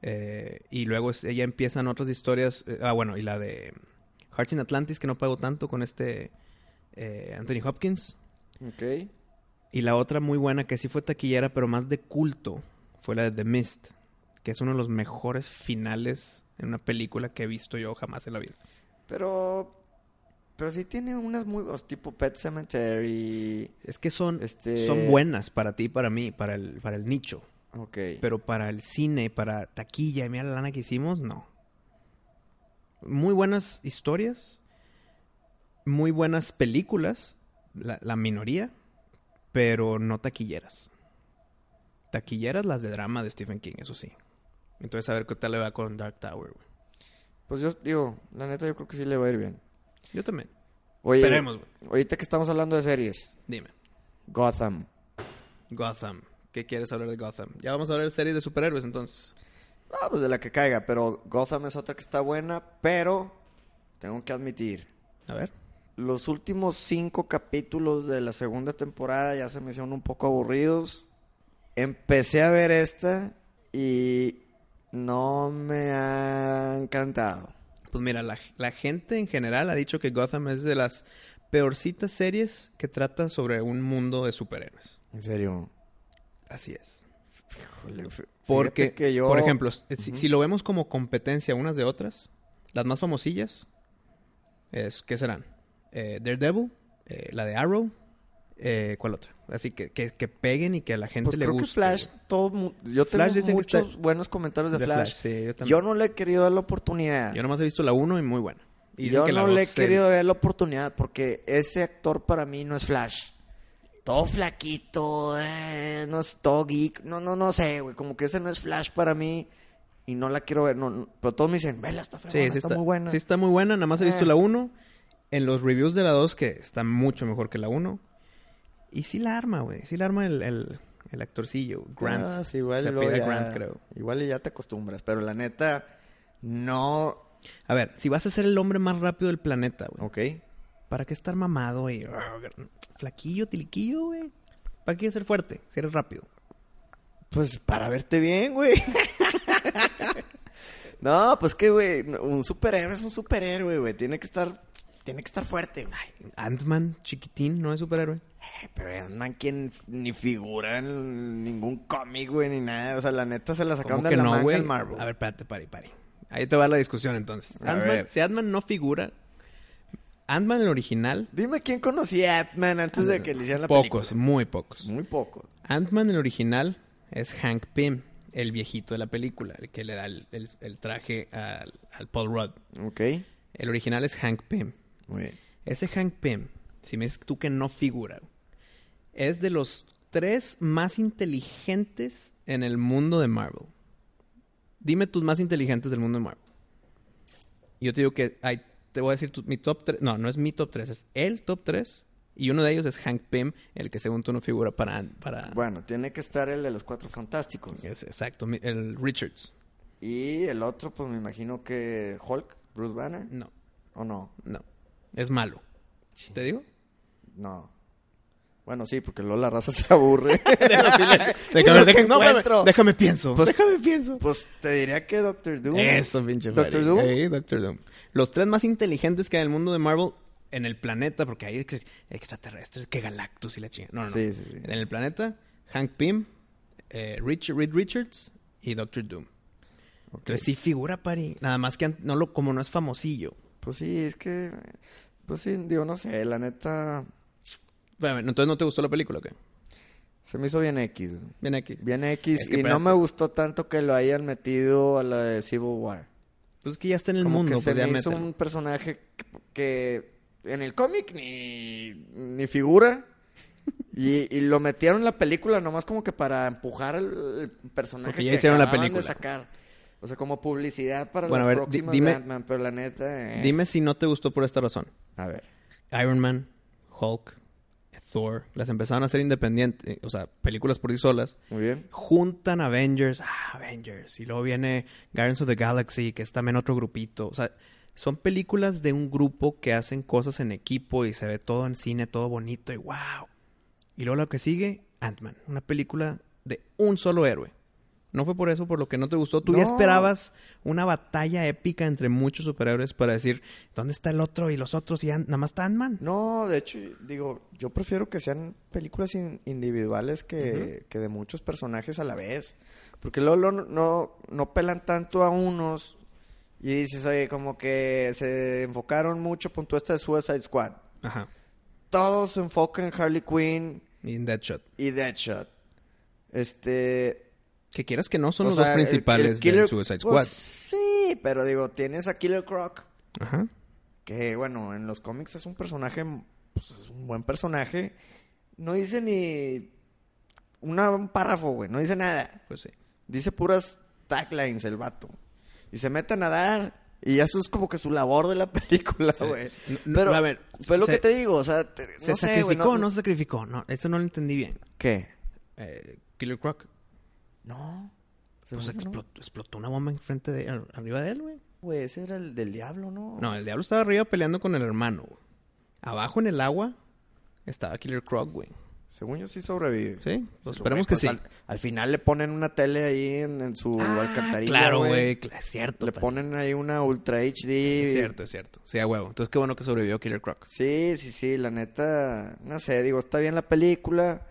Speaker 2: eh, y luego es- ya empiezan otras historias. eh, ah, bueno, y la de Hearts in Atlantis, que no pagó tanto con este eh, Anthony Hopkins.
Speaker 1: Ok.
Speaker 2: Y la otra muy buena, que sí fue taquillera, pero más de culto, fue la de The Mist. Que es uno de los mejores finales en una película que he visto yo jamás en la vida.
Speaker 1: Pero. Pero sí tiene unas muy. o sea, tipo Pet Cemetery.
Speaker 2: Es que son,
Speaker 1: Este-
Speaker 2: son buenas para ti y para mí, para el, para el nicho.
Speaker 1: Ok.
Speaker 2: Pero para el cine, para taquilla, y mira la lana que hicimos, no. Muy buenas historias, muy buenas películas, la, la minoría, pero no taquilleras. Taquilleras las de drama de Stephen King, eso sí. Entonces a ver qué tal le va con Dark Tower, güey.
Speaker 1: Pues yo digo, la neta, yo creo que sí le va a ir bien.
Speaker 2: Yo también.
Speaker 1: Oye,
Speaker 2: Esperemos, güey.
Speaker 1: ahorita que estamos hablando de series,
Speaker 2: Dime.
Speaker 1: Gotham.
Speaker 2: Gotham. ¿Qué quieres hablar de Gotham? Ya vamos a hablar de series de superhéroes entonces.
Speaker 1: Ah, pues de la que caiga, pero Gotham es otra que está buena, pero tengo que admitir,
Speaker 2: A ver.
Speaker 1: los últimos cinco capítulos de la segunda temporada ya se me hicieron un poco aburridos. Empecé a ver esta y no me ha encantado.
Speaker 2: Pues mira, la, la gente en general ha dicho que Gotham es de las peorcitas series que trata sobre un mundo de superhéroes.
Speaker 1: En serio.
Speaker 2: Así es.
Speaker 1: Híjole, fí-
Speaker 2: Porque,
Speaker 1: fíjate que yo...
Speaker 2: por ejemplo, s- si, si lo vemos como competencia unas de otras, las más famosillas, es, ¿qué serán? Eh, Daredevil, eh, la de Arrow, eh, ¿cuál otra? Así que, que, que peguen y que a la gente
Speaker 1: Pues
Speaker 2: le
Speaker 1: creo
Speaker 2: guste.
Speaker 1: que Flash,
Speaker 2: güey.
Speaker 1: todo, mu- yo
Speaker 2: Flash
Speaker 1: tengo
Speaker 2: dicen que
Speaker 1: muchos
Speaker 2: está-
Speaker 1: buenos comentarios de,
Speaker 2: De
Speaker 1: Flash.
Speaker 2: Flash, sí, yo también.
Speaker 1: yo no le he querido dar la oportunidad.
Speaker 2: Yo nomás he visto la 1 y muy buena. Y dicen
Speaker 1: Yo
Speaker 2: que la
Speaker 1: no le he
Speaker 2: dos es-
Speaker 1: querido dar la oportunidad porque ese actor para mí no es Flash. Todo flaquito, eh, no es todo geek, no, no, no sé, güey, como que ese no es Flash para mí y no la quiero ver, no, no, pero todos me dicen, vela, está,
Speaker 2: Sí,
Speaker 1: fregona,
Speaker 2: sí
Speaker 1: está, muy buena.
Speaker 2: Sí, está muy buena. Nada más he visto
Speaker 1: Eh.
Speaker 2: la 1. En los reviews de la 2, que está mucho mejor que la 1. Y sí la arma, güey. Sí la arma el, el, el actorcillo, Grant.
Speaker 1: Ah, sí, igual,
Speaker 2: Se
Speaker 1: y luego
Speaker 2: apellida
Speaker 1: ya-
Speaker 2: Grant, creo.
Speaker 1: igual y ya te acostumbras, pero la neta, no,
Speaker 2: A ver, si vas a ser el hombre más rápido del planeta, güey.
Speaker 1: ok,
Speaker 2: ¿Para qué estar mamado y flaquillo, tiliquillo, güey? ¿Para qué quieres ser fuerte si eres rápido?
Speaker 1: pues para verte bien, güey. no, pues que, güey, no, un superhéroe es un superhéroe, güey, tiene que estar, tiene que estar fuerte, güey.
Speaker 2: Ant-Man, chiquitín, no es superhéroe.
Speaker 1: Pero no quien ni figura en ningún cómic, güey, ni nada. O sea, la neta se la sacaron
Speaker 2: ¿Cómo
Speaker 1: de
Speaker 2: que
Speaker 1: la
Speaker 2: no,
Speaker 1: manga
Speaker 2: güey?
Speaker 1: el Marvel.
Speaker 2: A ver, espérate, pari, pari. Ahí te va la discusión entonces.
Speaker 1: A
Speaker 2: Ant-Man-
Speaker 1: ver.
Speaker 2: si Ant-Man no figura, Ant-Man el original,
Speaker 1: Dime quién conocía a Ant-Man antes de que le hicieran la
Speaker 2: Ah, pocos,
Speaker 1: película.
Speaker 2: muy pocos.
Speaker 1: Muy pocos.
Speaker 2: Ant-Man el original es Hank Pym, el viejito de la película, el que le da el, el- el traje al, al Paul Rudd.
Speaker 1: Ok.
Speaker 2: El original es Hank Pym.
Speaker 1: Muy bien.
Speaker 2: Ese Hank Pym, si me dices tú que no figura, es de los tres más inteligentes en el mundo de Marvel. Dime tus más inteligentes del mundo de Marvel. Yo te digo que hay- te voy a decir tu- mi top 3. No, no es mi top 3, es el top 3. Y uno de ellos es Hank Pym, el que según tú no figura para... para
Speaker 1: Bueno, tiene que estar el de los Cuatro Fantásticos.
Speaker 2: es- exacto, mi- el Richards.
Speaker 1: Y el otro, pues me imagino que Hulk, Bruce Banner.
Speaker 2: No,
Speaker 1: ¿O no?
Speaker 2: no. Es malo. ¿Te digo?
Speaker 1: No. Bueno, sí, porque luego la raza se aburre.
Speaker 2: Déjame,
Speaker 1: Uno que
Speaker 2: déjame, no, espérame,
Speaker 1: encuentro.
Speaker 2: déjame pienso.
Speaker 1: Pues-
Speaker 2: déjame pienso.
Speaker 1: pues te diría que Doctor Doom.
Speaker 2: Eso, pinche
Speaker 1: Doctor
Speaker 2: Freddy.
Speaker 1: Doom.
Speaker 2: Ahí, Doctor Doom. Los tres más inteligentes que hay en el mundo de Marvel, en el planeta, porque hay ex- extraterrestres, que Galactus y la chinga. No, no, no.
Speaker 1: Sí, sí, sí.
Speaker 2: En el planeta, Hank Pym, eh, Rich- Reed Richards y Doctor Doom. Entonces sí figura, pari. Nada más que an- no lo, como no es famosillo.
Speaker 1: Pues sí, es que. Pues sí, digo, no sé, la neta.
Speaker 2: Espérame, Entonces no te gustó la película, o ¿qué?
Speaker 1: Se me hizo bien X. güey.
Speaker 2: Bien aquí.
Speaker 1: Bien X.
Speaker 2: Es que
Speaker 1: y no
Speaker 2: espérate.
Speaker 1: me gustó tanto que lo hayan metido a la de Civil War.
Speaker 2: Pues es que ya está en el
Speaker 1: Como
Speaker 2: mundo.
Speaker 1: que se
Speaker 2: pues ya
Speaker 1: me hizo
Speaker 2: mételo.
Speaker 1: un personaje que que en el cómic ni, ni figura. Y, y lo metieron en la película nomás como que para empujar el, el personaje
Speaker 2: Porque ya
Speaker 1: que
Speaker 2: hicieron la
Speaker 1: acababan de
Speaker 2: película.
Speaker 1: sacar. O sea, como publicidad para
Speaker 2: Bueno,
Speaker 1: las
Speaker 2: a ver, di-
Speaker 1: próximas
Speaker 2: dime-
Speaker 1: de Ant-Man, pero la neta... eh.
Speaker 2: Dime si no te gustó por esta razón.
Speaker 1: A ver.
Speaker 2: Iron Man, Hulk, Thor, las empezaron a hacer independientes, eh, o sea, películas por sí solas.
Speaker 1: Muy bien.
Speaker 2: Juntan Avengers, ah, Avengers, y luego viene Guardians of the Galaxy, que es también otro grupito. O sea, Son películas de un grupo que hacen cosas en equipo y se ve todo en cine, todo bonito y wow. Y luego lo que sigue, Ant-Man, una película de un solo héroe. No fue por eso por lo que no te gustó. Tú ya
Speaker 1: No.
Speaker 2: esperabas una batalla épica entre muchos superhéroes para decir, ¿dónde está el otro y los otros? Y Ant- nada más está Ant-Man.
Speaker 1: No, de hecho, digo, yo prefiero que sean películas in- individuales que, que de muchos personajes a la vez. Porque luego, luego no, no, no pelan tanto a unos y dices, oye, como que se enfocaron mucho, punto esta de Suicide Squad.
Speaker 2: Ajá.
Speaker 1: Todos se enfocan en Harley Quinn
Speaker 2: Y en Deadshot.
Speaker 1: y Deadshot. Este...
Speaker 2: Que quieras que no, son
Speaker 1: o
Speaker 2: los
Speaker 1: sea,
Speaker 2: dos
Speaker 1: el- el
Speaker 2: principales
Speaker 1: Killer-
Speaker 2: del Suicide Squad.
Speaker 1: pues, sí, pero digo, tienes a Killer Croc.
Speaker 2: Ajá.
Speaker 1: que bueno, en los cómics es un personaje, pues es un buen personaje. No dice ni una- un párrafo, güey, no dice nada.
Speaker 2: Pues sí.
Speaker 1: Dice puras taglines el vato. Y se mete a nadar. Y eso es como que su labor de la película,
Speaker 2: Se-
Speaker 1: güey.
Speaker 2: no, no,
Speaker 1: Pero,
Speaker 2: a ver,
Speaker 1: fue lo
Speaker 2: se-
Speaker 1: que te digo, o sea, te-
Speaker 2: ¿Se
Speaker 1: no sé,
Speaker 2: sacrificó
Speaker 1: güey.
Speaker 2: o no se sacrificó? No, eso no lo entendí bien.
Speaker 1: ¿Qué?
Speaker 2: Eh, Killer Croc,
Speaker 1: No.
Speaker 2: pues
Speaker 1: según yo, no.
Speaker 2: explotó, explotó una bomba enfrente de él, arriba de él, güey.
Speaker 1: Güey, ese era el del diablo, ¿no?
Speaker 2: No, el diablo estaba arriba peleando con el hermano, güey. Abajo en el agua estaba Killer Croc, güey.
Speaker 1: Según yo sí sobrevive.
Speaker 2: ¿Sí? Pues
Speaker 1: Sí,
Speaker 2: esperemos
Speaker 1: güey,
Speaker 2: que
Speaker 1: pues,
Speaker 2: sí. Ah,
Speaker 1: Al, al final le ponen una tele ahí en, en su alcantarilla.
Speaker 2: claro, güey. cla- Es cierto.
Speaker 1: Le
Speaker 2: pa-
Speaker 1: ponen ahí una Ultra
Speaker 2: Es
Speaker 1: HD.
Speaker 2: cierto, es cierto. Sí, a huevo. Entonces, qué bueno que sobrevivió Killer Croc.
Speaker 1: Sí, sí, sí, la neta, no sé, digo, está bien la película,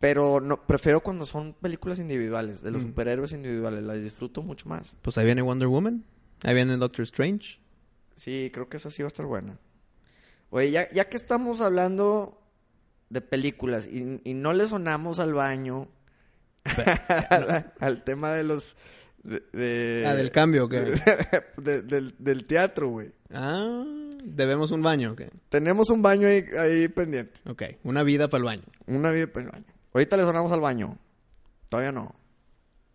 Speaker 1: pero no prefiero cuando son películas individuales, de los
Speaker 2: Mm.
Speaker 1: superhéroes individuales, las disfruto mucho más.
Speaker 2: Pues ahí viene Wonder Woman. Ahí viene Doctor Strange.
Speaker 1: Sí, creo que esa sí va a estar buena. Oye, ya, ya que estamos hablando de películas y, y no le sonamos al baño, a la- al tema de los... De, de-
Speaker 2: Ah, del cambio, ¿qué?
Speaker 1: eh. de- del, del teatro, güey.
Speaker 2: Ah, debemos un baño, ¿ok?
Speaker 1: Tenemos un baño ahí, ahí pendiente.
Speaker 2: Ok, una vida para el baño.
Speaker 1: Una vida para el baño. Ahorita le sonamos al baño. Todavía no.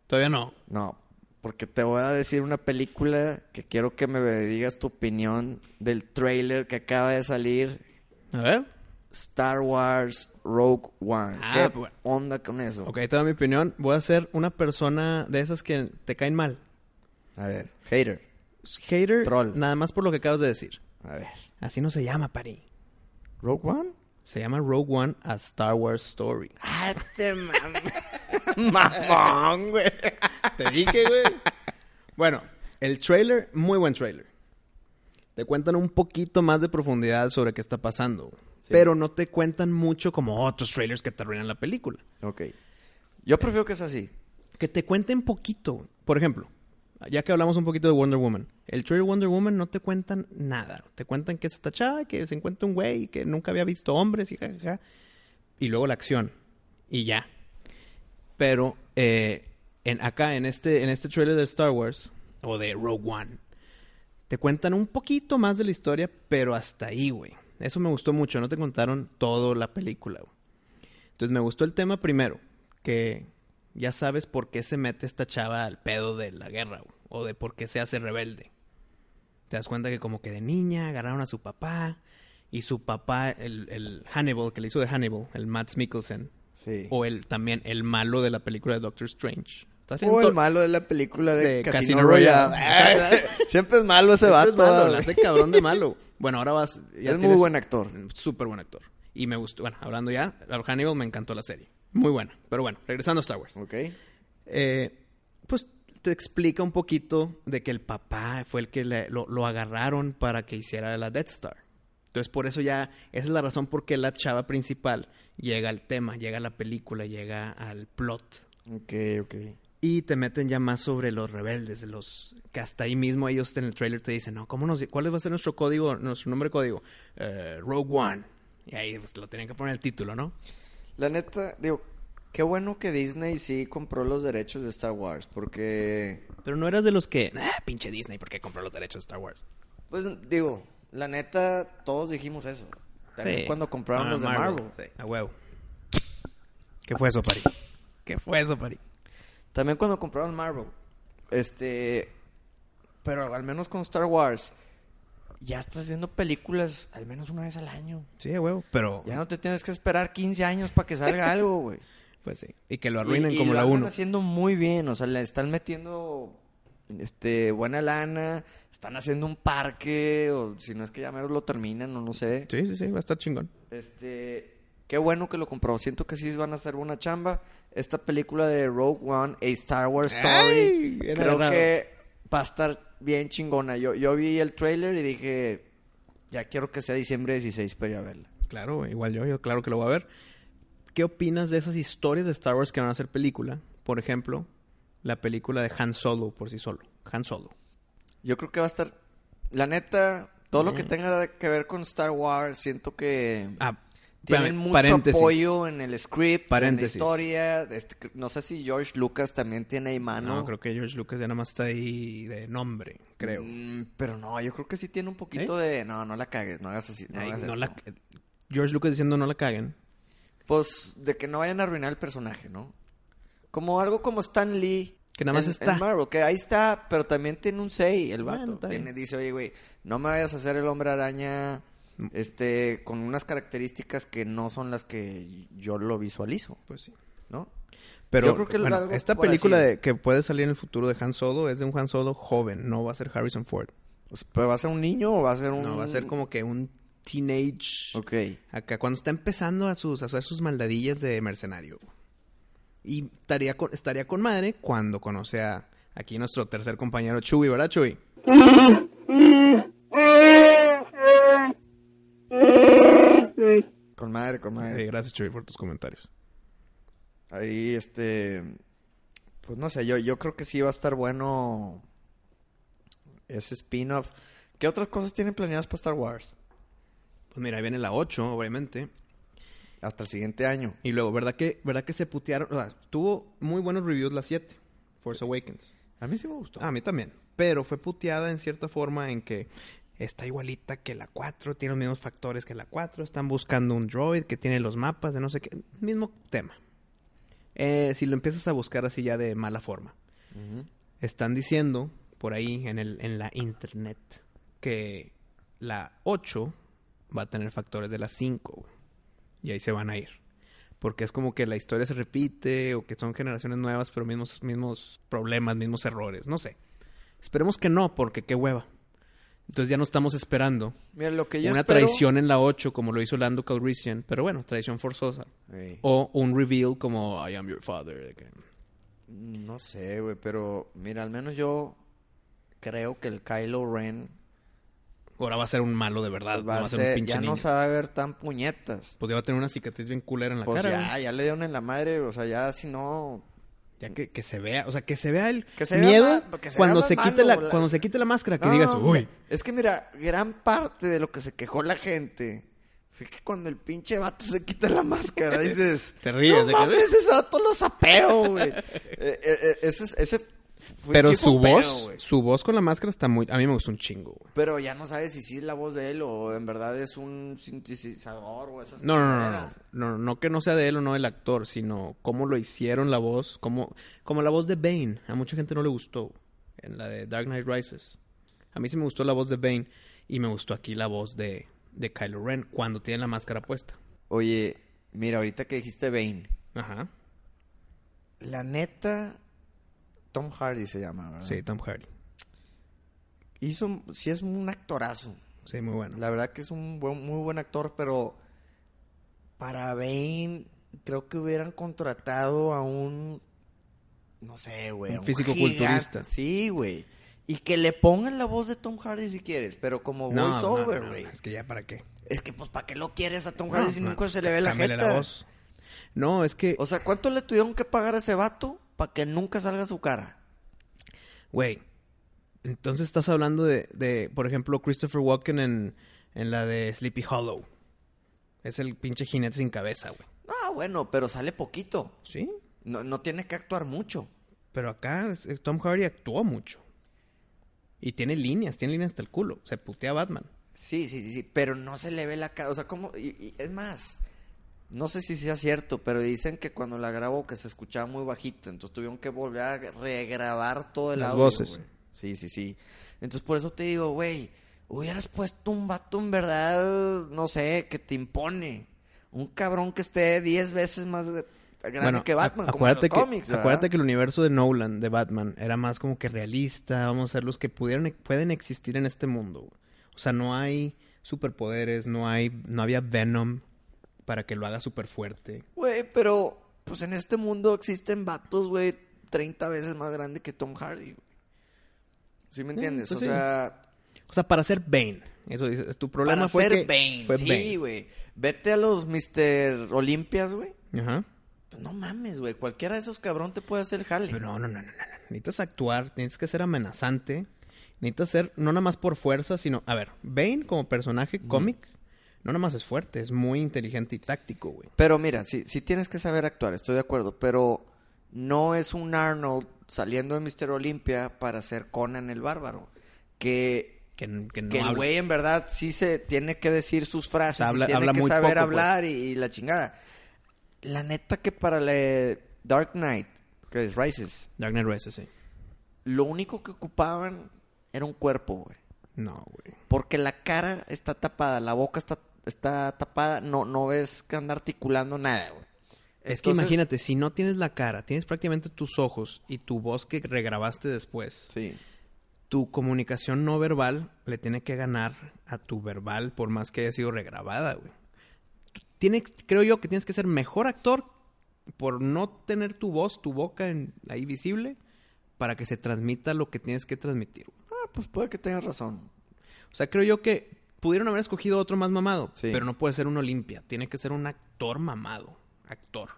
Speaker 2: Todavía no.
Speaker 1: No. Porque te voy a decir una película que quiero que me digas tu opinión del trailer que acaba de salir.
Speaker 2: A ver.
Speaker 1: Star Wars Rogue One.
Speaker 2: Ah,
Speaker 1: ¿Qué
Speaker 2: pues bueno.
Speaker 1: onda con eso?
Speaker 2: Ok, te da mi opinión. Voy a ser una persona de esas que te caen mal.
Speaker 1: A ver. Hater.
Speaker 2: Hater,
Speaker 1: Troll.
Speaker 2: nada más por lo que acabas de decir.
Speaker 1: A ver.
Speaker 2: Así no se llama, Pari.
Speaker 1: ¿Rogue One?
Speaker 2: Se llama Rogue One a Star Wars Story.
Speaker 1: Ah, te mam- mamón, güey.
Speaker 2: Te dije, güey. Bueno, el trailer, muy buen trailer. Te cuentan un poquito más de profundidad sobre qué está pasando. güey. Pero no te cuentan mucho como otros trailers que te arruinan la película.
Speaker 1: Ok. Yo prefiero que sea así.
Speaker 2: Que te cuenten poquito. güey. Por ejemplo, ya que hablamos un poquito de Wonder Woman. El trailer de Wonder Woman no te cuentan nada. Te cuentan que es esta chava, que se encuentra un güey, que nunca había visto hombres y jajaja. Y luego la acción. Y ya. Pero eh, en, acá, en este, en este trailer de Star Wars, o de Rogue One, te cuentan un poquito más de la historia, pero hasta ahí, güey. Eso me gustó mucho. No te contaron toda la película, güey. Entonces me gustó el tema primero, que ya sabes por qué se mete esta chava al pedo de la guerra, güey, o de por qué se hace rebelde. Te das cuenta que como que de niña agarraron a su papá y su papá, el, el Hannibal, que le hizo de Hannibal, el Matt Mikkelsen,
Speaker 1: Sí. O,
Speaker 2: o el también el malo de la película de Doctor Strange. Está haciendo
Speaker 1: el
Speaker 2: to-
Speaker 1: malo de la película de,
Speaker 2: de
Speaker 1: Casino,
Speaker 2: Casino
Speaker 1: Royale.
Speaker 2: Royale.
Speaker 1: Siempre es malo ese
Speaker 2: Este
Speaker 1: vato.
Speaker 2: es malo,
Speaker 1: güey.
Speaker 2: la hace cabrón de malo. Bueno, ahora vas. ya
Speaker 1: es muy
Speaker 2: tienes-
Speaker 1: buen actor.
Speaker 2: Súper buen actor. Y me gustó. Bueno, hablando ya, Hannibal me encantó la serie. Muy buena. Pero bueno, regresando a Star Wars.
Speaker 1: Ok.
Speaker 2: Eh, pues te explica un poquito de que el papá fue el que le- lo, lo agarraron para que hiciera la Death Star. Entonces, por eso ya, esa es la razón por qué la chava principal llega al tema, llega a la película, llega al plot.
Speaker 1: Ok, ok.
Speaker 2: Y te meten ya más sobre los rebeldes, los que hasta ahí mismo ellos en el trailer te dicen, no, ¿cómo nos, ¿cuál va a ser nuestro código, nuestro nombre de código? Eh, Rogue One. Y ahí pues, lo tenían que poner el título, ¿no?
Speaker 1: La neta, digo, qué bueno que Disney sí compró los derechos de Star Wars, porque,
Speaker 2: Pero no eras de los que, ah, pinche Disney, ¿por qué compró los derechos de Star Wars?
Speaker 1: pues digo, la neta, todos dijimos eso. También
Speaker 2: Sí.
Speaker 1: cuando compraron
Speaker 2: Ah,
Speaker 1: los de Marvel.
Speaker 2: sí, a huevo. ¿Qué fue eso, Pari? ¿Qué fue eso, Pari?
Speaker 1: También cuando compraron Marvel. Este, pero al menos con Star Wars, ya estás viendo películas al menos una vez al año.
Speaker 2: Sí, a huevo. Pero,
Speaker 1: Ya no te tienes que esperar 15 años para que salga algo, güey.
Speaker 2: pues sí. Y que lo arruinen
Speaker 1: Y- y
Speaker 2: como
Speaker 1: lo
Speaker 2: la
Speaker 1: andan
Speaker 2: 1.
Speaker 1: haciendo muy bien, o sea, le están metiendo este, buena lana, están haciendo un parque, o si no es que ya mero lo terminan, o no sé.
Speaker 2: Sí, sí, sí, va a estar chingón.
Speaker 1: Este, qué bueno que lo compró. Siento que sí van a hacer buena chamba. Esta película de Rogue One, A Star Wars Story,
Speaker 2: Ay, era
Speaker 1: creo
Speaker 2: bravo.
Speaker 1: que va a estar bien chingona. Yo, yo vi el trailer y dije, ya quiero que sea diciembre 16 para ir a verla.
Speaker 2: Claro, güey, igual yo, yo claro que lo voy a ver. ¿Qué opinas de esas historias de Star Wars que van a hacer película? Por ejemplo, la película de Han Solo por sí solo. Han Solo.
Speaker 1: Yo creo que va a estar, la neta, todo lo que tenga que ver con Star Wars, siento que...
Speaker 2: Ah,
Speaker 1: Tienen
Speaker 2: espérame,
Speaker 1: mucho
Speaker 2: paréntesis.
Speaker 1: apoyo en el script,
Speaker 2: Paréntesis.
Speaker 1: en la historia. Este, no sé si George Lucas también tiene ahí mano.
Speaker 2: No, creo que George Lucas ya nada más está ahí de nombre, creo.
Speaker 1: Mm, pero no, yo creo que sí tiene un poquito de... No, no la cagues, no hagas así. No
Speaker 2: Ay,
Speaker 1: hagas
Speaker 2: no
Speaker 1: esto.
Speaker 2: la- George Lucas diciendo no la caguen.
Speaker 1: Pues de que no vayan a arruinar el personaje, ¿no? Como algo como Stan Lee.
Speaker 2: Que nada más
Speaker 1: en-
Speaker 2: está.
Speaker 1: en Marvel, que ahí está, pero también tiene un 6 el
Speaker 2: Bueno,
Speaker 1: vato.
Speaker 2: está
Speaker 1: Tiene-
Speaker 2: bien.
Speaker 1: dice, oye, güey, no me vayas a hacer el hombre araña este, con unas características que no son las que yo lo visualizo,
Speaker 2: Pues sí.
Speaker 1: ¿no?
Speaker 2: Pero
Speaker 1: Yo creo que
Speaker 2: bueno,
Speaker 1: algo
Speaker 2: esta
Speaker 1: por
Speaker 2: película
Speaker 1: así.
Speaker 2: de- que puede salir en el futuro de Han Solo es de un Han Solo joven, no va a ser Harrison Ford.
Speaker 1: O sea, ¿Pero va a ser un niño o va a ser un...?
Speaker 2: No, va a ser como que un teenage.
Speaker 1: Mm. Ok.
Speaker 2: Acá, cuando está empezando a, sus, a hacer sus maldadillas de mercenario. Y estaría con, estaría con madre cuando conoce a aquí nuestro tercer compañero Chuy, ¿verdad, Chuy?
Speaker 1: Con madre, con
Speaker 2: Sí,
Speaker 1: madre.
Speaker 2: gracias, Chuy, por tus comentarios.
Speaker 1: Ahí, este... Pues no sé, yo, yo creo que sí va a estar bueno ese spin-off. ¿Qué otras cosas tienen planeadas para Star Wars?
Speaker 2: Pues mira, ahí viene la 8, obviamente.
Speaker 1: Hasta el siguiente año.
Speaker 2: Y luego, ¿verdad que, ¿verdad que se putearon? O sea, tuvo muy buenos reviews la 7, Force Awakens.
Speaker 1: A mí sí me gustó.
Speaker 2: A mí también. Pero fue puteada en cierta forma en que está igualita que la 4, tiene los mismos factores que la 4, están buscando un droid que tiene los mapas de no sé qué. Mismo tema. Eh, si lo empiezas a buscar así ya de mala forma.
Speaker 1: Ujú.
Speaker 2: Están diciendo por ahí en, el, en la internet que la 8 va a tener factores de la 5. güey. Y ahí se van a ir. Porque es como que la historia se repite o que son generaciones nuevas, pero mismos, mismos problemas, mismos errores. No sé. Esperemos que no, porque qué hueva. Entonces ya no estamos esperando
Speaker 1: Mira, lo que yo
Speaker 2: una
Speaker 1: espero-
Speaker 2: traición en la 8 como lo hizo Lando Calrissian. Pero bueno, traición forzosa.
Speaker 1: Ey,
Speaker 2: O un reveal como I am your father. de que-
Speaker 1: No sé, güey, pero mira, al menos yo creo que el Kylo Ren
Speaker 2: Ahora va a ser un malo de verdad.
Speaker 1: va a
Speaker 2: ser un
Speaker 1: ser,
Speaker 2: pinche
Speaker 1: ya
Speaker 2: niño.
Speaker 1: no se va a ver tan puñetas.
Speaker 2: Pues ya va a tener una cicatriz bien culera en la
Speaker 1: Pues
Speaker 2: cara.
Speaker 1: ya,
Speaker 2: güey.
Speaker 1: ya le dieron en la madre, o sea, ya si no...
Speaker 2: Ya que, que se vea, o sea, que se vea el
Speaker 1: Que se vea
Speaker 2: miedo
Speaker 1: más- que se
Speaker 2: cuando
Speaker 1: vea
Speaker 2: se
Speaker 1: más
Speaker 2: quite
Speaker 1: malo,
Speaker 2: la,
Speaker 1: la-
Speaker 2: cuando se quite la máscara, que
Speaker 1: No,
Speaker 2: digas,
Speaker 1: hombre,
Speaker 2: uy,
Speaker 1: Es que mira, gran parte de lo que se quejó la gente fue que cuando el pinche vato se quita la máscara, dices.
Speaker 2: Te ríes,
Speaker 1: No
Speaker 2: de que-
Speaker 1: mames, ese vato lo sapeo, güey. Eh, eh, eh, ese, ese fue-
Speaker 2: pero
Speaker 1: Pues sí fue
Speaker 2: su
Speaker 1: un pedo,
Speaker 2: voz,
Speaker 1: güey.
Speaker 2: su voz con la máscara está muy a mí me gustó un chingo. güey.
Speaker 1: Pero ya no sabes si sí es la voz de él o en verdad es un sintetizador o esas
Speaker 2: No, no, no, no,
Speaker 1: chingaderas.
Speaker 2: no, no, no que no sea de él o no del actor, sino cómo lo hicieron la voz, como como la voz de Bane, a mucha gente no le gustó en la de Dark Knight Rises. A mí sí me gustó la voz de Bane y me gustó aquí la voz de de Kylo Ren cuando tiene la máscara puesta.
Speaker 1: Oye, mira, ahorita que dijiste Bane,
Speaker 2: Ajá.
Speaker 1: la neta, Tom Hardy se llama, ¿verdad?
Speaker 2: Sí, Tom Hardy.
Speaker 1: Hizo, sí es un actorazo.
Speaker 2: Sí, muy bueno.
Speaker 1: La verdad que es un buen- muy buen actor, pero para Bane creo que hubieran contratado a un no sé, güey,
Speaker 2: Un
Speaker 1: a
Speaker 2: físico-culturista.
Speaker 1: gigante. Sí, güey. Y que le pongan la voz de Tom Hardy si quieres, pero como voiceover, güey.
Speaker 2: Es que ya para qué.
Speaker 1: Es que pues para qué lo quieres a Tom
Speaker 2: No,
Speaker 1: Hardy si
Speaker 2: no,
Speaker 1: nunca se
Speaker 2: pues,
Speaker 1: le ve la
Speaker 2: cámbiale
Speaker 1: jeta.
Speaker 2: voz. No, es que,
Speaker 1: O sea, ¿cuánto le tuvieron que pagar a ese vato para que nunca salga su cara?
Speaker 2: güey. Entonces estás hablando de, de, por ejemplo, Christopher Walken en, en la de Sleepy Hollow. Es el pinche jinete sin cabeza, güey.
Speaker 1: Ah, bueno, pero sale poquito.
Speaker 2: Sí.
Speaker 1: No, no tiene que actuar mucho.
Speaker 2: Pero acá es- eh, Tom Hardy actuó mucho. Y tiene líneas, tiene líneas hasta el culo. Se putea a Batman.
Speaker 1: Sí, sí, sí, sí, pero no se le ve la cara. O sea, ¿cómo? Y, y es más, no sé si sea cierto, pero dicen que cuando la grabó que se escuchaba muy bajito, entonces tuvieron que volver a regrabar todo el
Speaker 2: Las
Speaker 1: audio,
Speaker 2: voces.
Speaker 1: güey. Sí, sí, sí. Entonces por eso te digo, güey, hubieras puesto un vato en verdad, no sé, que te impone. Un cabrón que esté 10 veces más de- grande que Batman,
Speaker 2: a-
Speaker 1: como en
Speaker 2: acuérdate,
Speaker 1: los cómics.
Speaker 2: que,
Speaker 1: ¿verdad?
Speaker 2: acuérdate que el universo de Nolan, de Batman, era más como que realista. Vamos a ser los que pudieron, e-, pueden existir en este mundo. güey. O sea, no hay superpoderes, no hay, no había Venom para que lo haga súper fuerte.
Speaker 1: Güey, pero pues en este mundo existen vatos, güey, 30 veces más grande que Tom Hardy, güey. ¿Sí me
Speaker 2: Eh,
Speaker 1: entiendes?
Speaker 2: pues
Speaker 1: o
Speaker 2: sí.
Speaker 1: sea,
Speaker 2: O sea, para ser Bane. Eso dices. Tu problema
Speaker 1: para
Speaker 2: fue
Speaker 1: ser
Speaker 2: que
Speaker 1: Bane,
Speaker 2: fue
Speaker 1: sí, güey. Vete a los Mr. Olimpias, güey.
Speaker 2: Bane. Ajá.
Speaker 1: Pues no mames, güey. Cualquiera de esos cabrón te puede hacer jale.
Speaker 2: Pero no, no, no, no, no. no. Necesitas actuar, tienes que ser amenazante. Necesitas ser, no nada más por fuerza, sino, a ver, Bane como personaje cómic, no nada más es fuerte, es muy inteligente y táctico, güey.
Speaker 1: Pero mira, sí, sí tienes que saber actuar, estoy de acuerdo, pero no es un Arnold saliendo de Mr. Olympia para ser Conan el bárbaro. Que,
Speaker 2: Que, que no
Speaker 1: que el
Speaker 2: habla.
Speaker 1: güey en verdad sí se tiene que decir sus frases,
Speaker 2: O sea,
Speaker 1: y
Speaker 2: habla-
Speaker 1: tiene
Speaker 2: habla
Speaker 1: que
Speaker 2: muy
Speaker 1: saber
Speaker 2: poco, pues.
Speaker 1: hablar y, y la chingada. La neta que para la Dark Knight, que es Rises,
Speaker 2: Dark Knight Rises, sí.
Speaker 1: lo único que ocupaban era un cuerpo, güey.
Speaker 2: No, güey.
Speaker 1: Porque la cara está tapada, la boca está, está tapada, no, no ves que anda articulando nada, güey.
Speaker 2: Es que
Speaker 1: Entonces-
Speaker 2: imagínate, si no tienes la cara, tienes prácticamente tus ojos y tu voz que regrabaste después,
Speaker 1: Sí.
Speaker 2: tu comunicación no verbal le tiene que ganar a tu verbal por más que haya sido regrabada, güey. Tiene, creo yo que tienes que ser mejor actor por no tener tu voz, tu boca en- ahí visible para que se transmita lo que tienes que transmitir. güey.
Speaker 1: Ah, pues puede que tengas razón.
Speaker 2: O sea, creo yo que pudieron haber escogido otro más mamado,
Speaker 1: Sí.
Speaker 2: pero no puede ser un Olimpia, tiene que ser un actor mamado, actor.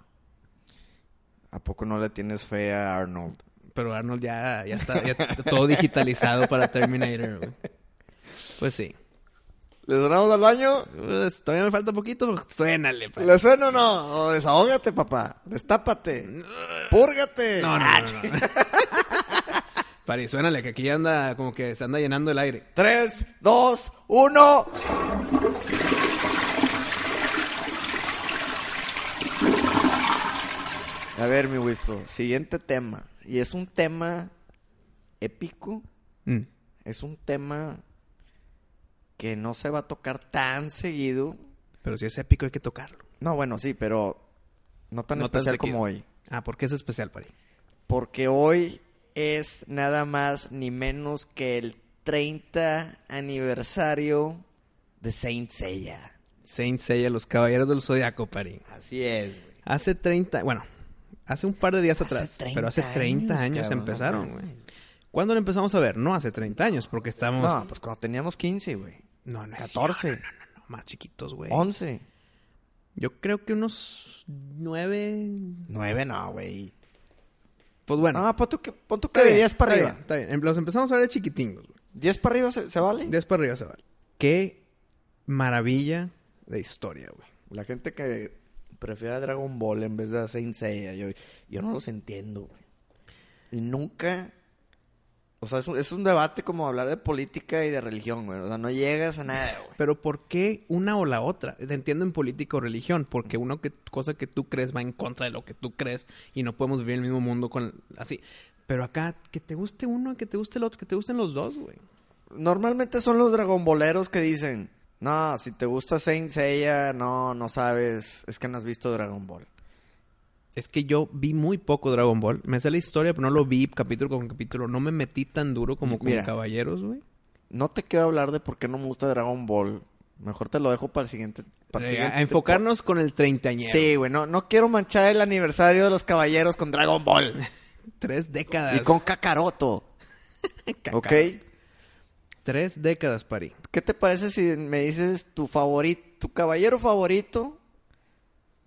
Speaker 1: ¿A poco no le tienes fe a Arnold?
Speaker 2: Pero Arnold ya, ya está ya está todo digitalizado para Terminator. güey. Pues sí.
Speaker 1: ¿Le donamos al baño?
Speaker 2: Pues, todavía me falta poquito, pero suénale. pues. pa.
Speaker 1: ¿Le Pues, suena o no? O desahógate, papá. Destápate. Púrgate.
Speaker 2: No, no,
Speaker 1: Ah,
Speaker 2: no. no, no. Pari, suénale, que aquí anda como que se anda llenando el aire.
Speaker 1: Tres, dos, uno. A ver, mi Wisto, siguiente tema. Y es un tema épico.
Speaker 2: Mm.
Speaker 1: Es un tema que no se va a tocar tan seguido.
Speaker 2: Pero si es épico hay que tocarlo.
Speaker 1: No, bueno, sí, pero no tan
Speaker 2: No tan
Speaker 1: especial
Speaker 2: seguido.
Speaker 1: como hoy.
Speaker 2: Ah, ¿por qué es especial, Pari?
Speaker 1: Porque hoy es nada más ni menos que el 30 aniversario de Saint Seiya.
Speaker 2: Saint Seiya, los caballeros del zodiaco, Pari.
Speaker 1: Así es, güey.
Speaker 2: Hace 30, bueno, hace un par de días
Speaker 1: Hace
Speaker 2: atrás,
Speaker 1: 30
Speaker 2: pero hace 30 años,
Speaker 1: años, cabrón,
Speaker 2: empezaron,
Speaker 1: no
Speaker 2: güey.
Speaker 1: mames.
Speaker 2: ¿Cuándo lo empezamos a ver? No hace 30 años, porque estamos...
Speaker 1: No, pues cuando teníamos 15, güey.
Speaker 2: no, no es
Speaker 1: 14.
Speaker 2: cierto, no, no, no, más chiquitos, güey.
Speaker 1: 11.
Speaker 2: Yo creo que unos 9...
Speaker 1: 9 no, güey.
Speaker 2: Pues bueno.
Speaker 1: Ah, pon tú que, pon tú
Speaker 2: Está
Speaker 1: que de
Speaker 2: bien,
Speaker 1: 10 para
Speaker 2: está
Speaker 1: arriba.
Speaker 2: bien, está bien. Em- Los empezamos a ver de chiquitingos, güey.
Speaker 1: 10 para arriba se, se vale.
Speaker 2: 10 para arriba se vale. Qué maravilla de historia, güey.
Speaker 1: La gente que prefiere a Dragon Ball en vez de a Saint Seiya, yo, yo no los entiendo, güey. Y nunca... O sea, es un, es un debate como hablar de política y de religión, güey. O sea, no llegas a nada, güey.
Speaker 2: Pero ¿por qué una o la otra? Te entiendo en política o religión, porque una que, cosa que tú crees va en contra de lo que tú crees y no podemos vivir en el mismo mundo con así. Pero acá, que te guste uno, que te guste el otro, que te gusten los dos, güey.
Speaker 1: Normalmente son los dragonboleros que dicen, no, si te gusta Saint Seiya, no, no sabes, es que no has visto Dragon Ball.
Speaker 2: Es que yo vi muy poco Dragon Ball. Me sé la historia, pero no lo vi capítulo con capítulo. No me metí tan duro como con
Speaker 1: Mira.
Speaker 2: Caballeros, güey.
Speaker 1: No te quiero hablar de por qué no me gusta Dragon Ball. Mejor te lo dejo para el siguiente. Para el
Speaker 2: Eh,
Speaker 1: siguiente
Speaker 2: A enfocarnos con el treintañero.
Speaker 1: Sí, güey, no, no quiero manchar el aniversario de los caballeros con Dragon Ball.
Speaker 2: Tres décadas.
Speaker 1: Y con Kakaroto.
Speaker 2: Caca.
Speaker 1: ¿Ok?
Speaker 2: Tres décadas, Pari.
Speaker 1: ¿Qué te parece si me dices tu favorito, tu caballero favorito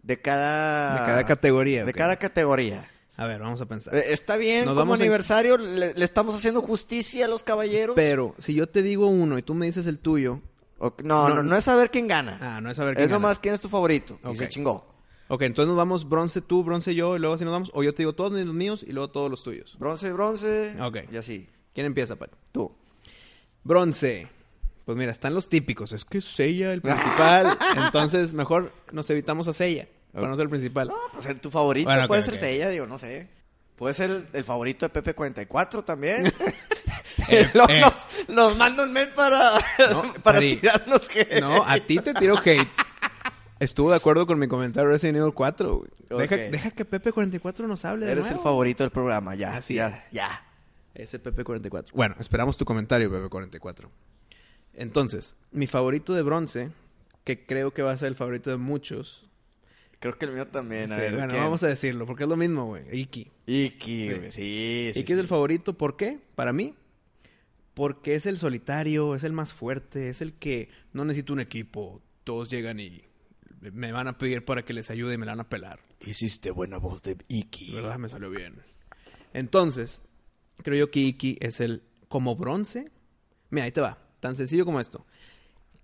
Speaker 1: de cada...
Speaker 2: De cada categoría.
Speaker 1: Ah, De
Speaker 2: ok.
Speaker 1: cada categoría.
Speaker 2: A ver, vamos a pensar.
Speaker 1: Eh, Está bien,
Speaker 2: Nos
Speaker 1: como
Speaker 2: vamos a-
Speaker 1: aniversario le, le estamos haciendo justicia a los caballeros.
Speaker 2: Pero si yo te digo uno y tú me dices el tuyo.
Speaker 1: O- no,
Speaker 2: No,
Speaker 1: no, no es saber quién gana.
Speaker 2: Ah, no es saber
Speaker 1: es
Speaker 2: quién gana.
Speaker 1: nomás quién es tu favorito.
Speaker 2: Ok.
Speaker 1: Y se chingó.
Speaker 2: Ok, entonces nos vamos bronce tú, bronce yo, y luego así nos vamos. O yo te digo todos los míos y luego todos los tuyos.
Speaker 1: Bronce, bronce.
Speaker 2: Ok.
Speaker 1: Y así.
Speaker 2: ¿Quién empieza, Pari?
Speaker 1: Tú.
Speaker 2: Bronce. Pues mira, están los típicos. Es que es Seiya el principal. entonces, mejor nos evitamos a Seiya. Para no ser el principal.
Speaker 1: Pues el- tu favorito
Speaker 2: Bueno, ok,
Speaker 1: puede
Speaker 2: ok.
Speaker 1: ser Sella, digo, no sé. Puede ser el, el favorito de Pepe 44 también.
Speaker 2: Eh,
Speaker 1: Luego
Speaker 2: eh.
Speaker 1: Nos, nos manda un mail para,
Speaker 2: No,
Speaker 1: para
Speaker 2: Ari.
Speaker 1: tirarnos que...
Speaker 2: No, a ti te tiro hate. estuvo de acuerdo con mi comentario de Resident Evil 4. güey. Deja,
Speaker 1: Ok.
Speaker 2: deja que Pepe44 nos hable de
Speaker 1: Eres el
Speaker 2: nuevo.
Speaker 1: favorito del programa, ya.
Speaker 2: Así
Speaker 1: ya,
Speaker 2: es.
Speaker 1: ya.
Speaker 2: Ese Pepe44. Bueno, esperamos tu comentario, Pepe44. Entonces, mi favorito de bronce, que creo que va a ser el favorito de muchos.
Speaker 1: Creo que el mío también. a
Speaker 2: Sí,
Speaker 1: ver,
Speaker 2: bueno,
Speaker 1: ¿quién?
Speaker 2: vamos a decirlo, porque es lo mismo, güey. Iki.
Speaker 1: Iki, güey, sí, sí.
Speaker 2: Iki es el favorito, ¿por qué? Para mí, porque es el solitario, es el más fuerte, es el que no necesita un equipo. Todos llegan y me van a pedir para que les ayude y me la van a pelar.
Speaker 1: Hiciste buena voz de Iki.
Speaker 2: ¿Verdad? Me salió bien. Entonces, creo yo que Iki es el como bronce. Mira, ahí te va. Tan sencillo como esto.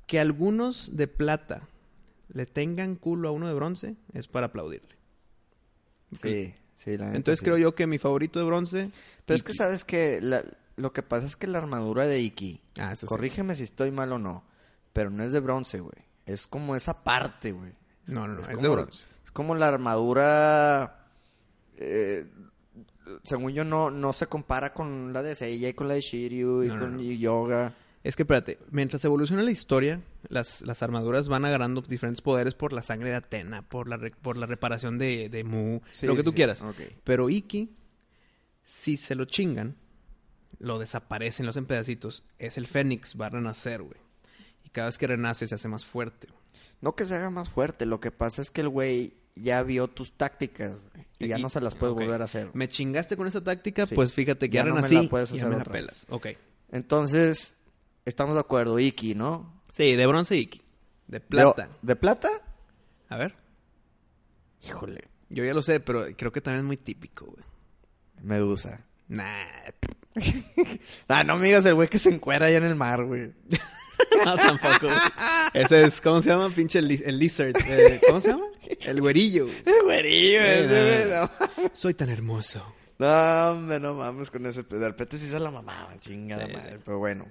Speaker 2: Que algunos de plata le tengan culo a uno de bronce es para aplaudirle.
Speaker 1: Sí, sí, la neta, Ah,
Speaker 2: Entonces
Speaker 1: sí.
Speaker 2: creo yo que mi favorito de bronce.
Speaker 1: Pero es que
Speaker 2: Iki.
Speaker 1: sabes que la- lo que pasa es que la armadura de Iki,
Speaker 2: Ah, eso sí.
Speaker 1: corrígeme si estoy mal o no, pero no es de bronce, güey. Es como esa parte, güey.
Speaker 2: No, no, no, es,
Speaker 1: como-
Speaker 2: de bronce.
Speaker 1: Es como la armadura. eh, según yo, no, no se compara con la de Seiya y con la de Shiryu y
Speaker 2: No, no,
Speaker 1: con
Speaker 2: no.
Speaker 1: Yoga.
Speaker 2: Es que espérate, mientras evoluciona la historia, las, las armaduras van agarrando diferentes poderes por la sangre de Atena, por la, re- por la reparación de, de Mu, lo que tú quieras. Pero Iki, si se lo chingan, lo desaparecen, lo hacen pedacitos. Es el Fénix, va a renacer, güey. Y cada vez que renace se hace más fuerte.
Speaker 1: No que se haga más fuerte, lo que pasa es que el güey ya vio tus tácticas güey, y ya no se las puedes
Speaker 2: ok.
Speaker 1: volver a hacer.
Speaker 2: Me chingaste con esa táctica,
Speaker 1: Sí.
Speaker 2: pues fíjate que
Speaker 1: Ya
Speaker 2: ya,
Speaker 1: no me
Speaker 2: renací.
Speaker 1: la puedes
Speaker 2: ya
Speaker 1: hacer
Speaker 2: me la
Speaker 1: otra vez.
Speaker 2: pelas. Ok.
Speaker 1: Entonces, estamos de acuerdo, Iki, ¿no?
Speaker 2: Sí, de bronce Iki. De
Speaker 1: De-
Speaker 2: plata.
Speaker 1: ¿De, plata?
Speaker 2: A ver.
Speaker 1: Híjole,
Speaker 2: Yo ya lo sé, pero creo que también es muy típico, güey.
Speaker 1: Medusa.
Speaker 2: Nah.
Speaker 1: Ah, no me digas el güey que se encuera allá en el mar, güey.
Speaker 2: No, tampoco. güey. Ese es, ¿cómo se llama? Pinche li- el lizard. eh, ¿Cómo se llama? El güerillo. güey.
Speaker 1: El güerillo ese,
Speaker 2: Eh,
Speaker 1: güey.
Speaker 2: Soy tan hermoso.
Speaker 1: No, hombre, no mames con ese. pedo. De repente sí se la mamaban, chinga la
Speaker 2: Sí,
Speaker 1: madre.
Speaker 2: sí.
Speaker 1: Pero bueno.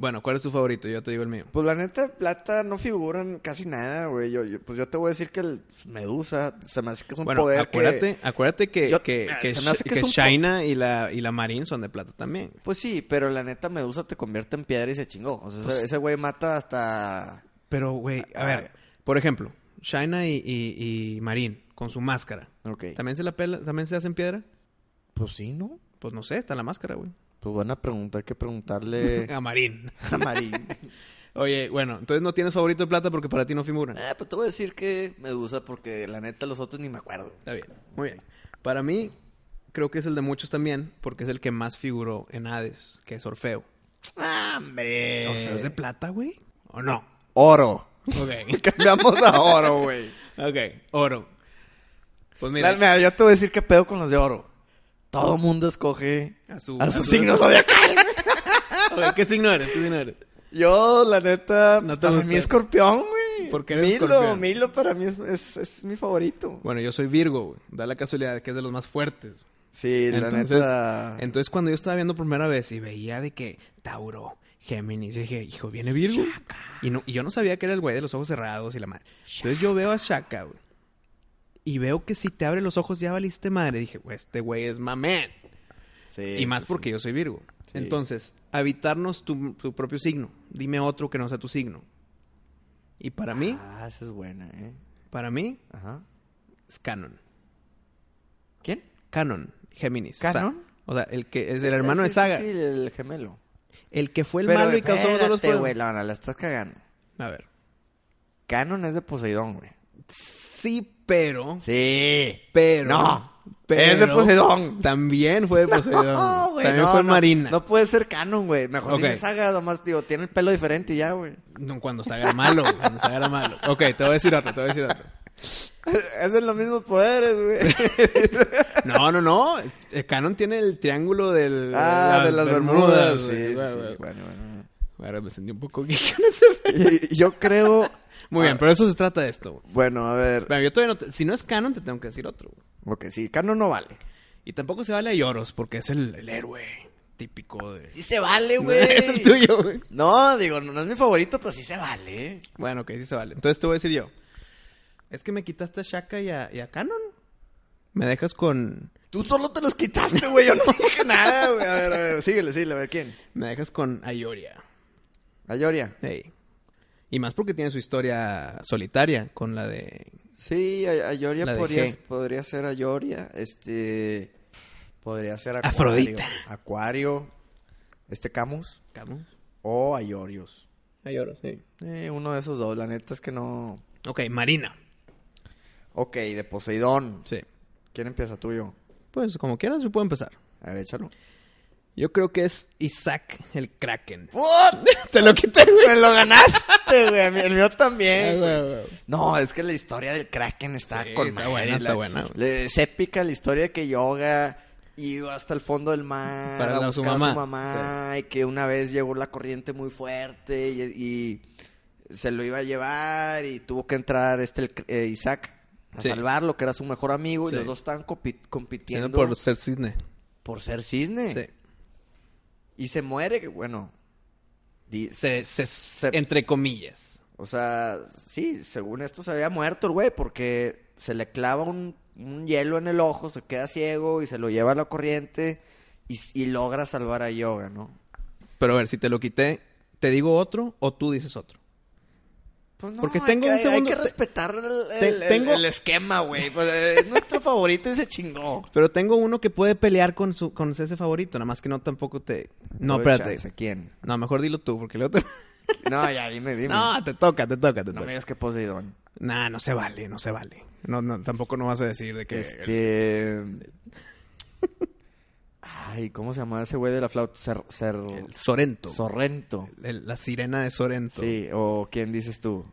Speaker 2: Bueno, ¿cuál es tu favorito? Yo te digo el mío.
Speaker 1: Pues la neta, plata no figuran casi nada, güey. Yo, yo- pues yo te voy a decir que el pues, Medusa se me hace que es un
Speaker 2: bueno,
Speaker 1: poder
Speaker 2: acuérdate,
Speaker 1: que...
Speaker 2: acuérdate que,
Speaker 1: Yo-
Speaker 2: que,
Speaker 1: mira,
Speaker 2: que,
Speaker 1: se me hace
Speaker 2: Sh-
Speaker 1: que es
Speaker 2: que
Speaker 1: un po-
Speaker 2: Shaina y la, y la Marín son de plata también.
Speaker 1: Pues sí, pero la neta Medusa te convierte en piedra y se chingó. O sea,
Speaker 2: Pues
Speaker 1: ese- ese güey mata hasta...
Speaker 2: Pero, güey, a
Speaker 1: Ah,
Speaker 2: ver. Por ejemplo, Shaina y, y, y Marín con su máscara.
Speaker 1: Ok.
Speaker 2: ¿También se la pela, también se hacen piedra?
Speaker 1: Pues sí, ¿no?
Speaker 2: Pues no sé, está la máscara, güey.
Speaker 1: Pues van a preguntar que preguntarle
Speaker 2: A Marín.
Speaker 1: a Marín.
Speaker 2: Oye, bueno, entonces no tienes favorito de plata porque para ti no figura.
Speaker 1: ah, pues te voy a decir que Medusa porque la neta los otros ni me acuerdo.
Speaker 2: Está bien, muy bien. Para mí, creo que es el de muchos también, porque es el que más figuró en Hades, que es Orfeo.
Speaker 1: ¡Ah, ¡Hombre!
Speaker 2: ¿Orfeo es de plata, güey? ¿O no?
Speaker 1: Oro.
Speaker 2: Ok,
Speaker 1: Cambiamos a oro, güey.
Speaker 2: ok, oro. Pues mira,
Speaker 1: Dale, mira, yo te voy a decir que pedo con los de oro. Todo mundo escoge
Speaker 2: A su-
Speaker 1: a
Speaker 2: a
Speaker 1: su
Speaker 2: su-
Speaker 1: signo zodiacal.
Speaker 2: ok, ¿qué signo eres? ¿Qué signo eres?
Speaker 1: Yo, la neta,
Speaker 2: No te
Speaker 1: para
Speaker 2: gusta.
Speaker 1: mí escorpión, güey.
Speaker 2: ¿Por qué eres
Speaker 1: Milo,
Speaker 2: escorpión?
Speaker 1: Milo para mí es, es- es mi favorito.
Speaker 2: Bueno, yo soy Virgo, güey. Da la casualidad de que es de los más fuertes.
Speaker 1: Sí, la
Speaker 2: Entonces,
Speaker 1: neta.
Speaker 2: entonces cuando yo estaba viendo por primera vez y veía de que Tauro, Géminis, yo dije, hijo, viene Virgo. Y, no, y yo no sabía que era el güey de los ojos cerrados y la madre. Entonces yo veo a Shaka, güey. Y veo que si te abre los ojos ya valiste madre. Dije, güey, este güey es mamén.
Speaker 1: Sí,
Speaker 2: Y más
Speaker 1: sí,
Speaker 2: porque
Speaker 1: sí.
Speaker 2: yo soy Virgo.
Speaker 1: Sí.
Speaker 2: Entonces, habitarnos tu, tu propio signo. Dime otro que no sea tu signo. Y para mí,
Speaker 1: Ah, esa es buena, ¿eh?
Speaker 2: para mí,
Speaker 1: Ajá.
Speaker 2: es Canon.
Speaker 1: ¿Quién?
Speaker 2: Canon, Géminis. O sea-
Speaker 1: ¿Canon?
Speaker 2: O sea, el que es el hermano
Speaker 1: Eh, Sí,
Speaker 2: de Saga.
Speaker 1: Sí, sí, el gemelo.
Speaker 2: El que fue el
Speaker 1: Pero
Speaker 2: malo y causó todos los
Speaker 1: espérate, güey,
Speaker 2: problemas.
Speaker 1: la, la estás cagando.
Speaker 2: A ver.
Speaker 1: Canon es de Poseidón, güey.
Speaker 2: Sí, pero.
Speaker 1: Sí.
Speaker 2: Pero.
Speaker 1: No.
Speaker 2: pero-
Speaker 1: Es de Poseidón.
Speaker 2: También fue de Poseidón.
Speaker 1: No, güey,
Speaker 2: también
Speaker 1: no,
Speaker 2: fue
Speaker 1: no,
Speaker 2: Marina.
Speaker 1: No puede ser canon, güey. Mejor
Speaker 2: Ok.
Speaker 1: dime saga, nomás, digo, tiene el pelo diferente y ya, güey.
Speaker 2: No, Cuando se haga malo. güey, Cuando se haga malo. Ok, te voy a decir otro, te voy a decir otro.
Speaker 1: es de los mismos poderes, güey.
Speaker 2: No, no, no. El canon tiene el triángulo del.
Speaker 1: ah, de las Bermudas. Sí,
Speaker 2: güey.
Speaker 1: sí,
Speaker 2: Bueno,
Speaker 1: sí.
Speaker 2: bueno.
Speaker 1: Bueno, bueno,
Speaker 2: Ahora me sentí un poco geek con ese pe-
Speaker 1: bueno. Y- y Yo creo...
Speaker 2: Muy bien,
Speaker 1: Ah,
Speaker 2: pero eso se trata de esto. güey.
Speaker 1: Bueno, a ver.
Speaker 2: Pero yo todavía no te- Si no es canon, te tengo que decir otro. güey.
Speaker 1: Ok, sí, canon no vale.
Speaker 2: Y tampoco se vale a Lloros porque es el, el héroe típico de.
Speaker 1: Sí se vale,
Speaker 2: es el tuyo, güey.
Speaker 1: No, digo, no, no es mi favorito, pero sí se vale.
Speaker 2: Bueno, ok, sí se vale. Entonces te voy a decir yo. Es que me quitaste a Shaka y a, y a Canon. Me dejas con.
Speaker 1: Tú solo te los quitaste, güey. Yo no dije nada, güey. A ver, a ver, síguele, síguele. A ver, ¿quién?
Speaker 2: Me dejas con Ayoria.
Speaker 1: Ayoria.
Speaker 2: Ey. Y más porque tiene su historia solitaria con la de...
Speaker 1: Sí, a- Ayoria
Speaker 2: La
Speaker 1: podría,
Speaker 2: dejé.
Speaker 1: podría ser Ayoria. Este. Podría ser Acuario.
Speaker 2: Afrodita.
Speaker 1: Acuario. Este Camus.
Speaker 2: Camus.
Speaker 1: O Ayorius.
Speaker 2: sí.
Speaker 1: Eh, uno de esos dos. La neta es que no.
Speaker 2: Ok, Marina.
Speaker 1: Ok, de Poseidón.
Speaker 2: Sí.
Speaker 1: ¿Quién empieza tuyo?
Speaker 2: Pues como quieras, yo puedo empezar.
Speaker 1: A ver, échalo.
Speaker 2: Yo creo que es Isaac el Kraken.
Speaker 1: ¡What!
Speaker 2: Te lo quité, güey.
Speaker 1: ¡Me lo ganaste, güey! A mí- El mío
Speaker 2: Ah,
Speaker 1: también. Ah, güey.
Speaker 2: Sí,
Speaker 1: No, es que la historia del Kraken está
Speaker 2: Sí,
Speaker 1: con
Speaker 2: está
Speaker 1: madre,
Speaker 2: buena,
Speaker 1: la-
Speaker 2: está buena, güey.
Speaker 1: le- es épica la historia de que yoga iba hasta el fondo del mar
Speaker 2: Para
Speaker 1: a
Speaker 2: la- su
Speaker 1: buscar a su
Speaker 2: mamá.
Speaker 1: mamá y que una vez llegó la corriente muy fuerte y, y se lo iba a llevar y tuvo que entrar este el- eh, Isaac a
Speaker 2: Sí.
Speaker 1: salvarlo, que era su mejor amigo, y
Speaker 2: Sí.
Speaker 1: los dos estaban compi- compitiendo por,
Speaker 2: Por ser cisne.
Speaker 1: ser cisne.
Speaker 2: Sí.
Speaker 1: Y se muere, bueno. di-
Speaker 2: Se, se-
Speaker 1: se-
Speaker 2: entre comillas.
Speaker 1: O sea, sí, según esto se había muerto el güey porque se le clava un, un hielo en el ojo, se queda ciego y se lo lleva a la corriente y, s- y logra salvar a Yoga, ¿no?
Speaker 2: Pero a ver, si te lo quité, ¿te digo otro o tú dices otro?
Speaker 1: Pues no,
Speaker 2: Porque
Speaker 1: hay
Speaker 2: tengo
Speaker 1: que-
Speaker 2: un
Speaker 1: hay,
Speaker 2: segundo-
Speaker 1: que respetar el, el-
Speaker 2: te-
Speaker 1: el-
Speaker 2: tengo-
Speaker 1: el esquema, güey. Pues, es nuestro favorito y se chingó.
Speaker 2: Pero tengo uno que puede pelear con su con ese favorito, nada más que no tampoco te... No,
Speaker 1: Tuve
Speaker 2: espérate.
Speaker 1: chance, ¿Quién?
Speaker 2: No, mejor dilo tú, porque luego te...
Speaker 1: No, ya, dime, dime.
Speaker 2: No, te toca, te toca, te
Speaker 1: No
Speaker 2: toca.
Speaker 1: me digas que Poseidón.
Speaker 2: Nah, no se vale, no se vale. No, no, tampoco no vas a decir de que...
Speaker 1: Este... Ay, ¿cómo se llamaba ese güey de la flauta? Ser, ser...
Speaker 2: el Sorento.
Speaker 1: Sorrento.
Speaker 2: El- la sirena de Sorento.
Speaker 1: Sí, o ¿quién dices tú?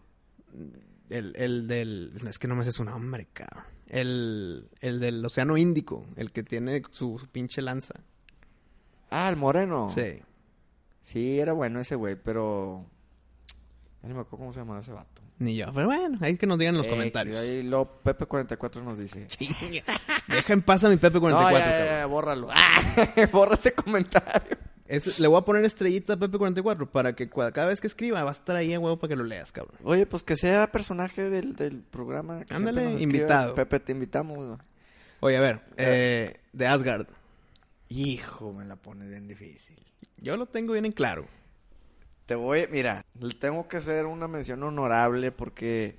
Speaker 2: El, el del... no, es que no me sé su nombre, cabrón. El, el del Océano Índico, el que tiene su, su pinche lanza.
Speaker 1: Ah, el moreno.
Speaker 2: Sí.
Speaker 1: Sí, era bueno ese güey, pero... Ya ni me acuerdo cómo se llamaba ese vato.
Speaker 2: Ni yo. Pero bueno, hay que nos digan en los
Speaker 1: Eh,
Speaker 2: comentarios.
Speaker 1: Ahí lo Pepe44 nos dice.
Speaker 2: Chinga. Deja en paz a mi Pepe 44,
Speaker 1: no, ya, ya,
Speaker 2: cabrón.
Speaker 1: ya, bórralo. ¡Ah! Borra ese comentario.
Speaker 2: Es- le voy a poner estrellita a Pepe 44 para que cua- cada vez que escriba va a estar ahí a huevo para que lo leas, cabrón.
Speaker 1: Oye, pues que sea personaje del, del programa. que siempre
Speaker 2: Ándale,
Speaker 1: nos escribe.
Speaker 2: invitado.
Speaker 1: Pepe, te invitamos. güey.
Speaker 2: Oye, a ver, eh, de Asgard.
Speaker 1: Hijo, me la pone bien difícil.
Speaker 2: Yo lo tengo bien en claro.
Speaker 1: Te voy, mira, le tengo que hacer una mención honorable porque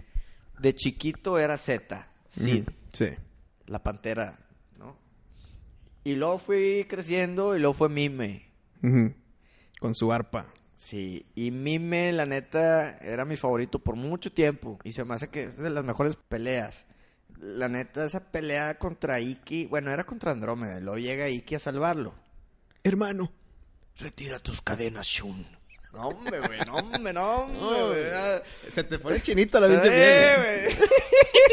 Speaker 1: de chiquito era Z, sí,
Speaker 2: Ujú. Sí.
Speaker 1: la pantera, ¿no? Y luego fui creciendo y luego fue Mime.
Speaker 2: Ujú. Con su arpa.
Speaker 1: Sí, y Mime, la neta, era mi favorito por mucho tiempo. Y se me hace que es de las mejores peleas. La neta, esa pelea contra Iki, bueno, era contra Andrómeda. y Luego llega Iki a salvarlo.
Speaker 2: Hermano.
Speaker 1: Retira tus cadenas, Shun. No, hombre, güey, no, hombre, no, hombre, güey. Ah,
Speaker 2: Se te pone chinita la pinche piel, güey.
Speaker 1: Eh,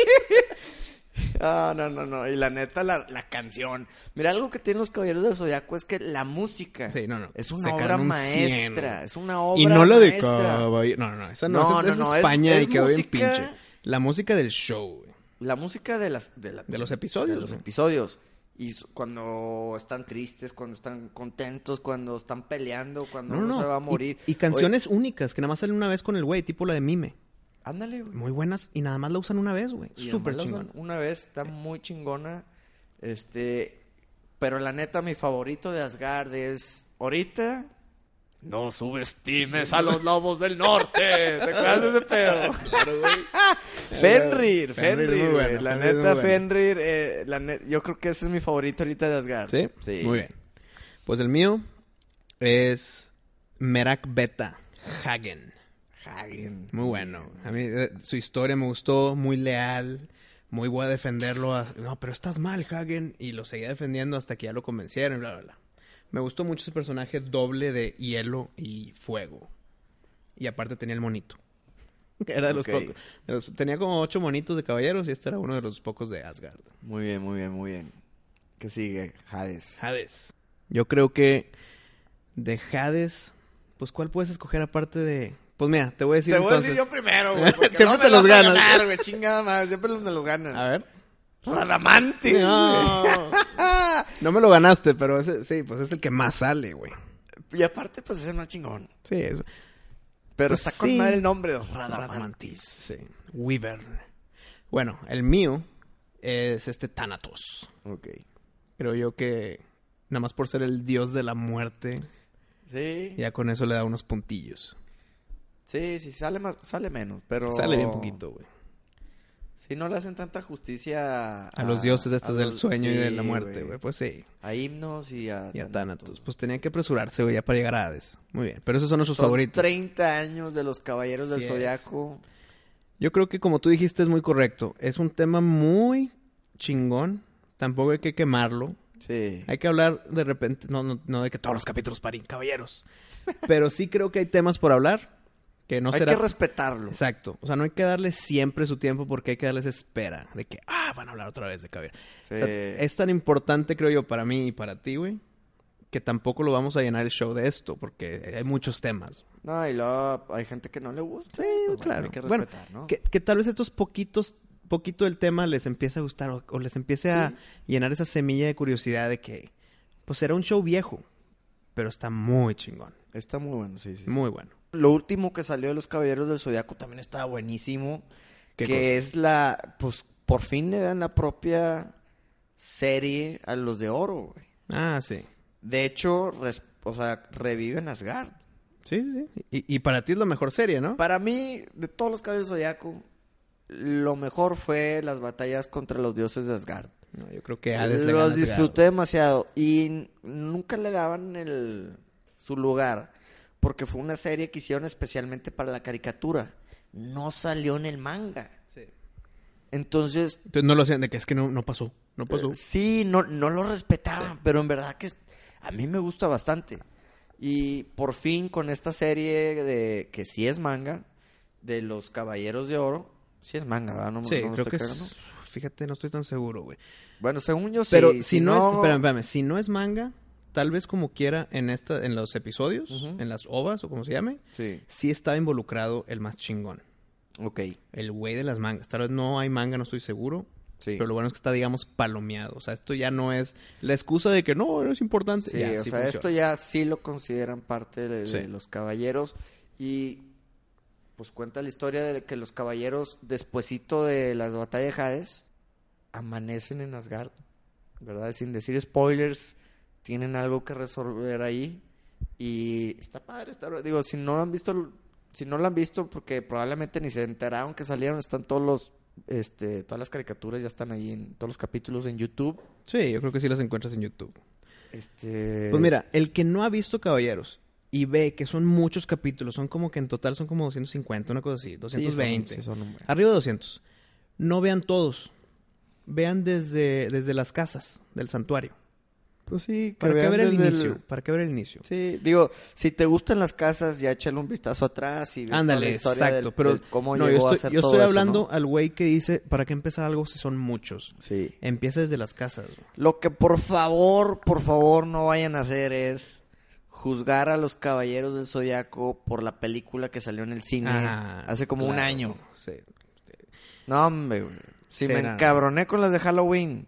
Speaker 1: güey. Ah, no, no, no. Y la neta, la, la canción. Mira, algo que tienen los Caballeros del Zodiaco es que la música
Speaker 2: Sí, no, no.
Speaker 1: es una
Speaker 2: Sacaron
Speaker 1: obra
Speaker 2: un
Speaker 1: maestra.
Speaker 2: cien.
Speaker 1: Es una obra
Speaker 2: Y no la de
Speaker 1: maestra.
Speaker 2: caballero. No, no, no. Esa no,
Speaker 1: No,
Speaker 2: esa es,
Speaker 1: no,
Speaker 2: esa es
Speaker 1: no, es-
Speaker 2: España
Speaker 1: es
Speaker 2: y quedó bien
Speaker 1: música-
Speaker 2: pinche. La música del show, güey.
Speaker 1: La música de, las, de, la-
Speaker 2: De los episodios,
Speaker 1: De los
Speaker 2: ¿no?
Speaker 1: episodios. Y s- cuando están tristes, cuando están contentos, cuando están peleando, cuando
Speaker 2: No, no,
Speaker 1: uno
Speaker 2: no.
Speaker 1: se va a
Speaker 2: Y-
Speaker 1: morir.
Speaker 2: Y,
Speaker 1: Oye,
Speaker 2: canciones únicas que nada más salen una vez con el güey, tipo la de Mime.
Speaker 1: ándale, güey.
Speaker 2: Muy buenas y nada más la usan una vez, güey.
Speaker 1: Y
Speaker 2: Súper
Speaker 1: además
Speaker 2: Eh.
Speaker 1: la
Speaker 2: chingón.
Speaker 1: usan Una vez está muy chingona. Este, pero la neta, mi favorito de Asgard es ahorita. No subestimes a los lobos del norte. ¿Te acuerdas de ese pedo? Fenrir,
Speaker 2: Fenrir, muy
Speaker 1: Fenrir, güey.
Speaker 2: bueno,
Speaker 1: La
Speaker 2: Fenrir es muy
Speaker 1: neta,
Speaker 2: bueno.
Speaker 1: Fenrir, eh, la ne- yo creo que ese es mi favorito ahorita de Asgard.
Speaker 2: ¿Sí? Muy bien. Pues el mío es Merak Beta Hagen.
Speaker 1: Hagen.
Speaker 2: Muy bueno. A mí eh, su historia me gustó, muy leal, muy voy a defenderlo. a- No, pero estás mal, Hagen. Y lo seguía defendiendo hasta que ya lo convencieron, bla, bla, bla. Me gustó mucho ese personaje doble de hielo y fuego. Y aparte tenía el monito. Era de los
Speaker 1: Ok.
Speaker 2: pocos. de los- Tenía como ocho monitos de caballeros y este era uno de los pocos de Asgard.
Speaker 1: Muy bien, muy bien, muy bien. ¿Qué sigue? Hades.
Speaker 2: Hades. Yo creo que de Hades, pues ¿cuál puedes escoger aparte de... Pues mira, te voy a decir...
Speaker 1: Te voy a
Speaker 2: entonces-
Speaker 1: decir yo primero, güey. porque
Speaker 2: Siempre
Speaker 1: no me
Speaker 2: te los
Speaker 1: vas a
Speaker 2: ganas.
Speaker 1: ganar, güey, chingada madre, Siempre me los ganas.
Speaker 2: A ver.
Speaker 1: pues. Radamantis.
Speaker 2: No. No me lo ganaste, pero ese, sí, pues es el que más sale, güey.
Speaker 1: y aparte, pues es el más chingón.
Speaker 2: Sí, es...
Speaker 1: Pero
Speaker 2: Pues
Speaker 1: está con
Speaker 2: sí.
Speaker 1: mal el nombre, Radamantis.
Speaker 2: Sí. Weaver. Bueno, el mío es este Thanatos.
Speaker 1: Ok.
Speaker 2: Creo yo que nada más por ser el dios de la muerte,
Speaker 1: Sí.
Speaker 2: ya con eso le da unos puntillos.
Speaker 1: Sí, sí, sale más, sale menos, pero...
Speaker 2: Sale bien poquito, güey.
Speaker 1: Si no le hacen tanta justicia a,
Speaker 2: A los dioses de estos
Speaker 1: Ah, a
Speaker 2: del
Speaker 1: los-
Speaker 2: sueño y de
Speaker 1: sí,
Speaker 2: la muerte, güey. Pues sí.
Speaker 1: A himnos y a...
Speaker 2: Y a Thanatos. Pues tenían que apresurarse, güey, ya para llegar a Hades. Muy bien. Pero esos son nuestros
Speaker 1: Son
Speaker 2: favoritos.
Speaker 1: 30 años de los Caballeros del
Speaker 2: Así es.
Speaker 1: Zodiaco.
Speaker 2: Yo creo que como tú dijiste es muy correcto. Es un tema muy chingón. Tampoco hay que quemarlo.
Speaker 1: Sí.
Speaker 2: Hay que hablar de repente, no, no, no de que todos los capítulos parín, caballeros. Pero sí creo que hay temas por hablar que no
Speaker 1: Hay
Speaker 2: será...
Speaker 1: que respetarlo.
Speaker 2: Exacto. O sea, no hay que darles siempre su tiempo porque hay que darles espera de que, ah, van a hablar otra vez de caballeros.
Speaker 1: Sí.
Speaker 2: O sea, es tan importante, creo yo, para mí y para ti, güey, que tampoco lo vamos a llenar el show de esto porque hay muchos temas.
Speaker 1: No, y luego hay gente que no le gusta.
Speaker 2: Sí,
Speaker 1: Pues bueno,
Speaker 2: claro.
Speaker 1: Hay que
Speaker 2: Bueno,
Speaker 1: respetar, ¿no?
Speaker 2: Que, que tal vez estos poquitos, poquito del tema les empiece a gustar o, o les empiece a llenar esa semilla de curiosidad de que, pues era un show viejo, pero está muy chingón,
Speaker 1: Está muy bueno, sí, sí. sí.
Speaker 2: muy bueno.
Speaker 1: Lo último que salió de los Caballeros del Zodiaco también estaba buenísimo.
Speaker 2: ¿Qué
Speaker 1: Que
Speaker 2: cosa?
Speaker 1: es la. Pues por fin le dan la propia serie a los de oro, güey.
Speaker 2: Ah, sí.
Speaker 1: De hecho, res- o sea, reviven Asgard.
Speaker 2: Sí, sí. sí. Y, y para ti es la mejor serie, ¿no?
Speaker 1: Para mí, de todos los Caballeros del Zodiaco, lo mejor fue las batallas contra los dioses de Asgard.
Speaker 2: No, yo creo que Hades le gana
Speaker 1: los
Speaker 2: a Asgard,
Speaker 1: disfruté demasiado y n- nunca le daban el su lugar porque fue una serie que hicieron especialmente para la caricatura. No salió en el manga.
Speaker 2: güey. Sí.
Speaker 1: Entonces,
Speaker 2: Entonces no lo hacían de que es que no, no pasó, no pasó.
Speaker 1: Eh, sí, no, no lo
Speaker 2: Eh.
Speaker 1: respetaban, pero en verdad que es- a mí me gusta bastante. Y por fin con esta serie de que sí es manga, de los Caballeros de Oro, sí es manga, ¿verdad? No, me-
Speaker 2: sí,
Speaker 1: no me
Speaker 2: creo
Speaker 1: estoy
Speaker 2: que es-
Speaker 1: cagando.
Speaker 2: Fíjate, no estoy tan seguro, güey.
Speaker 1: Bueno, según yo sí.
Speaker 2: Pero si, no, es, espérame, espérame, si no es manga, tal vez como quiera en esta, en los episodios,
Speaker 1: Ujú.
Speaker 2: en las ovas o como se llame,
Speaker 1: Sí,
Speaker 2: sí estaba involucrado el más chingón,
Speaker 1: ok,
Speaker 2: el güey de las mangas. Tal vez no hay manga, no estoy seguro.
Speaker 1: sí.
Speaker 2: Pero lo bueno es que está, digamos, palomeado. O sea, esto ya no es la excusa de que no, no es importante.
Speaker 1: Sí,
Speaker 2: Ya,
Speaker 1: o
Speaker 2: sí
Speaker 1: sea,
Speaker 2: funciona.
Speaker 1: esto ya sí lo consideran parte de, de
Speaker 2: Sí.
Speaker 1: los caballeros y pues cuenta la historia de que los caballeros despuesito de las batallas de Hades amanecen en Asgard, ¿verdad? Sin decir spoilers, tienen algo que resolver ahí y está padre, está digo, si no lo han visto si no lo han visto porque probablemente ni se enteraron que salieron, están todos los este, todas las caricaturas ya están ahí en todos los capítulos en YouTube.
Speaker 2: Sí, yo creo que sí las encuentras en YouTube.
Speaker 1: Este
Speaker 2: Pues mira, el que no ha visto Caballeros y ve que son muchos capítulos, son como que en total son como 250, una cosa así, 220.
Speaker 1: Sí, Ah, son- sí, son un buen.
Speaker 2: Arriba de 200. No vean todos. Vean desde, desde las casas del santuario.
Speaker 1: Pues sí,
Speaker 2: Para que
Speaker 1: vean
Speaker 2: ver el
Speaker 1: desde
Speaker 2: inicio. Para que ver el inicio.
Speaker 1: Sí, digo, si te gustan las casas, ya échale un vistazo atrás y ve
Speaker 2: Ándale,
Speaker 1: toda la historia
Speaker 2: exacto.
Speaker 1: del-
Speaker 2: pero
Speaker 1: del cómo
Speaker 2: no,
Speaker 1: llegó
Speaker 2: yo
Speaker 1: a
Speaker 2: estoy,
Speaker 1: hacer
Speaker 2: yo
Speaker 1: todo
Speaker 2: estoy
Speaker 1: eso,
Speaker 2: hablando
Speaker 1: ¿no?
Speaker 2: al güey que dice, ¿para qué empezar algo si son muchos?
Speaker 1: Sí.
Speaker 2: Empieza desde las casas. güey.
Speaker 1: Lo que por favor, por favor no vayan a hacer es juzgar a los Caballeros del Zodiaco por la película que salió en el cine
Speaker 2: Ah,
Speaker 1: hace como un
Speaker 2: claro,
Speaker 1: año.
Speaker 2: Sí.
Speaker 1: No, hombre, güey. Si me
Speaker 2: Era-
Speaker 1: encabroné con las de Halloween.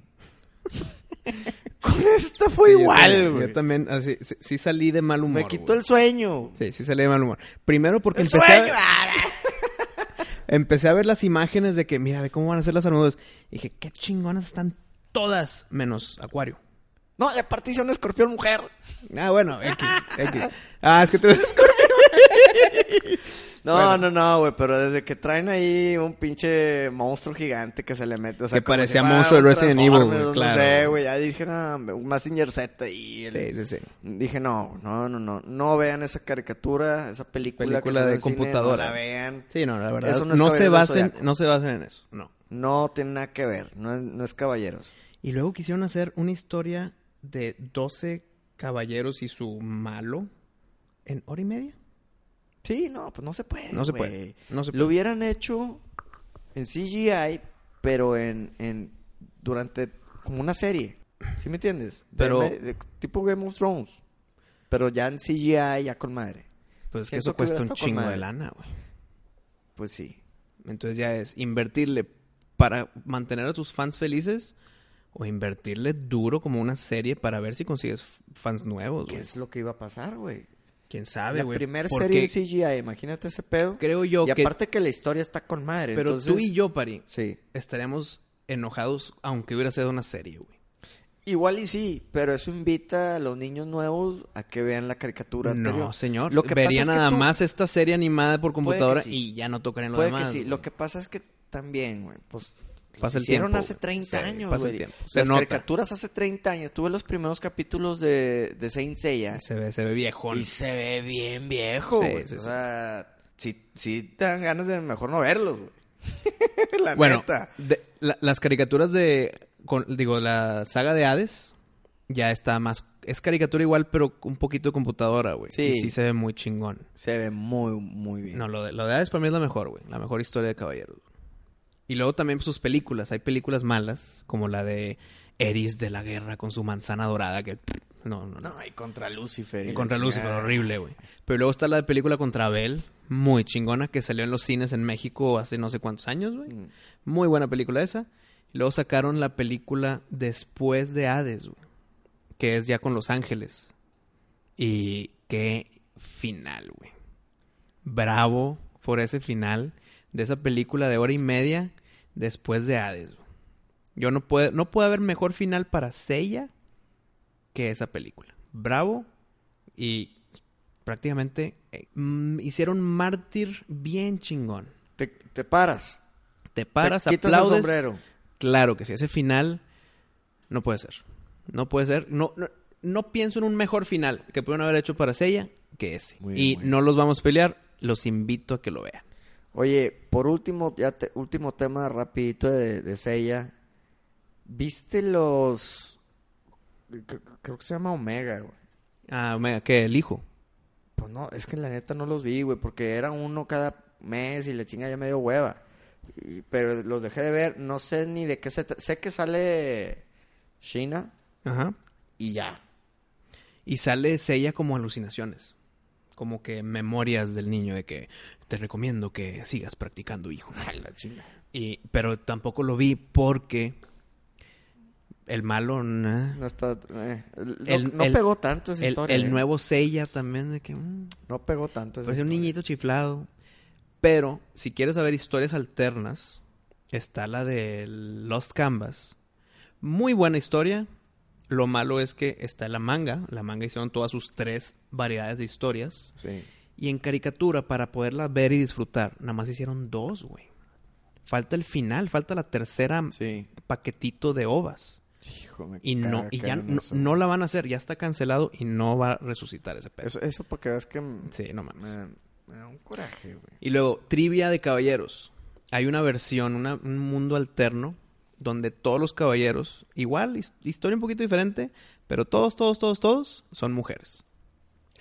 Speaker 1: con esta fue
Speaker 2: Sí, yo
Speaker 1: igual,
Speaker 2: también-
Speaker 1: güey.
Speaker 2: Yo también, así, sí, sí salí de mal humor.
Speaker 1: Me quitó
Speaker 2: güey.
Speaker 1: el sueño.
Speaker 2: Sí, sí salí de mal humor. Primero porque
Speaker 1: ¡El
Speaker 2: empecé
Speaker 1: sueño! Ah,
Speaker 2: a... Empecé a ver las imágenes de que, mira, ve cómo van a ser las armaduras. Y dije, qué chingonas están todas, menos Acuario.
Speaker 1: No, y aparte hice un escorpión mujer.
Speaker 2: Ah, bueno, X, X. Ah, es que tú eres Scorpio.
Speaker 1: No,
Speaker 2: Bueno.
Speaker 1: no, no, güey, pero desde que traen ahí un pinche monstruo gigante que se le mete, o sea,
Speaker 2: Que
Speaker 1: como
Speaker 2: parecía
Speaker 1: si fuera
Speaker 2: monstruo de
Speaker 1: un
Speaker 2: Resident Evil,
Speaker 1: Transformers,
Speaker 2: güey,
Speaker 1: No sé,
Speaker 2: claro.
Speaker 1: güey, ya dije, no, un Mazinger Z y el-
Speaker 2: Sí, sí, sí.
Speaker 1: dije, no, no, no, no, no vean esa caricatura, esa película, que
Speaker 2: Película
Speaker 1: salió
Speaker 2: de
Speaker 1: en cine,
Speaker 2: computadora.
Speaker 1: no la vean.
Speaker 2: Sí, no, la verdad.
Speaker 1: Eso no
Speaker 2: no,
Speaker 1: es
Speaker 2: se
Speaker 1: Caballeros del
Speaker 2: basen,
Speaker 1: Zodiaco.
Speaker 2: no se basen en eso, no.
Speaker 1: No tiene nada que ver, no es, no es caballeros.
Speaker 2: Y luego quisieron hacer una historia de 12 caballeros y su malo en hora y media.
Speaker 1: Sí, no, pues no se puede.
Speaker 2: No se
Speaker 1: güey.
Speaker 2: puede, no se
Speaker 1: Lo hubieran hecho en CGI, pero en, en durante como una serie. ¿Sí me entiendes? De-
Speaker 2: Pero-
Speaker 1: de- de- tipo Game of Thrones. Pero ya en CGI, ya con madre.
Speaker 2: Pues es que
Speaker 1: Siento
Speaker 2: eso
Speaker 1: que
Speaker 2: cuesta
Speaker 1: hubiera
Speaker 2: un
Speaker 1: estado con
Speaker 2: chingo de
Speaker 1: madre.
Speaker 2: lana, güey.
Speaker 1: Pues sí.
Speaker 2: Entonces ya es invertirle para mantener a tus fans felices o invertirle duro como una serie para ver si consigues f- fans nuevos,
Speaker 1: ¿Qué
Speaker 2: Pues güey.
Speaker 1: es lo que iba a pasar, güey?
Speaker 2: ¿Quién sabe,
Speaker 1: La
Speaker 2: güey?
Speaker 1: primera
Speaker 2: Porque
Speaker 1: serie en CGI, imagínate ese pedo.
Speaker 2: creo yo
Speaker 1: y
Speaker 2: que...
Speaker 1: aparte que la historia está con madre.
Speaker 2: pero
Speaker 1: entonces-
Speaker 2: tú y yo, Pari,
Speaker 1: Sí.
Speaker 2: estaríamos enojados aunque hubiera sido una serie, güey.
Speaker 1: Igual y sí, pero eso invita a los niños nuevos a que vean la caricatura anterior.
Speaker 2: No, señor.
Speaker 1: Lo que
Speaker 2: Vería
Speaker 1: pasa es que
Speaker 2: nada
Speaker 1: tú-
Speaker 2: más esta serie animada por computadora
Speaker 1: sí.
Speaker 2: y ya no tocarían lo
Speaker 1: Puede
Speaker 2: demás.
Speaker 1: que sí.
Speaker 2: güey.
Speaker 1: Lo que pasa es que también, güey, pues... los
Speaker 2: Pasa el
Speaker 1: hicieron
Speaker 2: tiempo,
Speaker 1: hace
Speaker 2: güey.
Speaker 1: 30
Speaker 2: Sí,
Speaker 1: años,
Speaker 2: pasa el
Speaker 1: güey.
Speaker 2: tiempo. Se
Speaker 1: Las
Speaker 2: nota.
Speaker 1: caricaturas hace 30 años. Tuve los primeros capítulos de, de Saint Seiya.
Speaker 2: Se ve, se ve viejón.
Speaker 1: Y se ve bien viejo,
Speaker 2: Sí,
Speaker 1: güey.
Speaker 2: sí,
Speaker 1: o
Speaker 2: sí.
Speaker 1: sea, sí, sí te dan ganas de mejor no verlos, güey. la
Speaker 2: bueno,
Speaker 1: neta.
Speaker 2: de- la- las caricaturas de, con- digo, la saga de Hades ya está más, es caricatura igual, pero un poquito de computadora, güey.
Speaker 1: Sí.
Speaker 2: Y sí se ve muy chingón.
Speaker 1: Se ve muy, muy bien.
Speaker 2: No, lo de, lo de Hades para mí es la mejor, güey. La mejor historia de caballeros. Y luego también pues, sus películas. Hay películas malas, como la de Eris de la Guerra con su manzana dorada, que... No, no, no.
Speaker 1: No, y contra Lucifer.
Speaker 2: Y
Speaker 1: la
Speaker 2: contra Lucifer,
Speaker 1: chingada.
Speaker 2: horrible, güey. Pero luego está la película contra Abel, muy chingona, que salió en los cines en México hace no sé cuántos años, güey.
Speaker 1: Mm.
Speaker 2: Muy buena película esa. Y luego sacaron la película después de Hades, güey. Que es ya con Los Ángeles. Y qué final, güey. Bravo por ese final de esa película de hora y media después de Hades, güey. Yo no puedo, no puede haber mejor final para Seiya que esa película. Bravo y prácticamente eh, mm, hicieron mártir bien chingón.
Speaker 1: Te, te paras.
Speaker 2: Te paras,
Speaker 1: te quitas
Speaker 2: aplaudes.
Speaker 1: el sombrero.
Speaker 2: Claro que sí, ese final no puede ser. No puede ser. No, no, no pienso en un mejor final que pudieron haber hecho para Sella que ese.
Speaker 1: Muy bien,
Speaker 2: y
Speaker 1: muy bien.
Speaker 2: no los vamos a pelear, los invito a que lo vean.
Speaker 1: Oye, por último, ya te- último tema rapidito de, de Seiya. ¿Viste los... cre- Creo que se llama Omega, güey.
Speaker 2: Ah, Omega, ¿qué? El hijo.
Speaker 1: Pues no, es que la neta no los vi, güey, porque era uno cada mes y la chinga ya me dio hueva. Y- pero los dejé de ver, no sé ni de qué se trata. Sé que sale China
Speaker 2: Ajá.
Speaker 1: y ya.
Speaker 2: Y sale Sella como alucinaciones. Como que memorias del niño de que te recomiendo que sigas practicando, hijo.
Speaker 1: La chinga.
Speaker 2: Y, pero tampoco lo vi porque el malo... nah.
Speaker 1: No está. eh, no
Speaker 2: El-
Speaker 1: no
Speaker 2: el-
Speaker 1: pegó tanto esa
Speaker 2: el,
Speaker 1: historia.
Speaker 2: el
Speaker 1: eh.
Speaker 2: nuevo Sella también de que... mm,
Speaker 1: No pegó tanto esa
Speaker 2: Parece Pues,
Speaker 1: Pues,
Speaker 2: un
Speaker 1: historia.
Speaker 2: niñito chiflado. Pero, si quieres saber historias alternas, está la de Lost Canvas. Muy buena historia. Lo malo es que está la manga. La manga hicieron todas sus tres variedades de historias.
Speaker 1: Sí.
Speaker 2: Y en caricatura, para poderla ver y disfrutar, nada más hicieron dos, güey. Falta el final, falta la tercera
Speaker 1: Sí.
Speaker 2: paquetito de ovas.
Speaker 1: Hijo, me
Speaker 2: Y no,
Speaker 1: caga
Speaker 2: y
Speaker 1: que
Speaker 2: ya
Speaker 1: hagan
Speaker 2: no,
Speaker 1: eso.
Speaker 2: no la van a hacer, ya está cancelado y no va a resucitar ese pedo.
Speaker 1: Eso, eso porque ves que. m-
Speaker 2: Sí, no mames.
Speaker 1: Me, me da un coraje, güey.
Speaker 2: Y luego, Trivia de Caballeros. Hay una versión, una- un mundo alterno, donde todos los caballeros, igual, his- historia un poquito diferente, pero todos, todos, todos, todos son mujeres.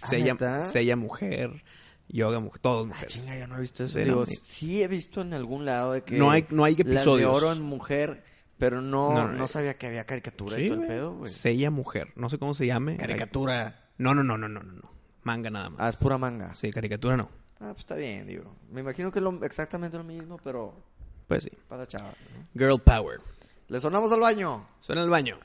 Speaker 1: Ah,
Speaker 2: Sella,
Speaker 1: ¿neta?
Speaker 2: Sella mujer, yoga mujer, todos
Speaker 1: Ah,
Speaker 2: mujeres.
Speaker 1: chinga, yo no he visto eso.
Speaker 2: Sí,
Speaker 1: Digo,
Speaker 2: no,
Speaker 1: sí,
Speaker 2: ni-
Speaker 1: sí he visto en algún lado de que.
Speaker 2: No hay- no hay
Speaker 1: Las de
Speaker 2: episodios.
Speaker 1: oro en mujer, pero no,
Speaker 2: No,
Speaker 1: no,
Speaker 2: no, eh.
Speaker 1: sabía que había caricatura
Speaker 2: Sí,
Speaker 1: y todo
Speaker 2: güey.
Speaker 1: el pedo, güey.
Speaker 2: Sella mujer, no sé cómo se llame.
Speaker 1: Caricatura.
Speaker 2: No, no, no, no, no, no, no. Manga nada más.
Speaker 1: Ah, es pura manga.
Speaker 2: Sí, caricatura no.
Speaker 1: Ah, pues está bien, digo. Me imagino que es lo- exactamente lo mismo, pero
Speaker 2: Pues sí.
Speaker 1: para chavas. ¿no?
Speaker 2: Girl power.
Speaker 1: Le sonamos al baño.
Speaker 2: Suena el baño.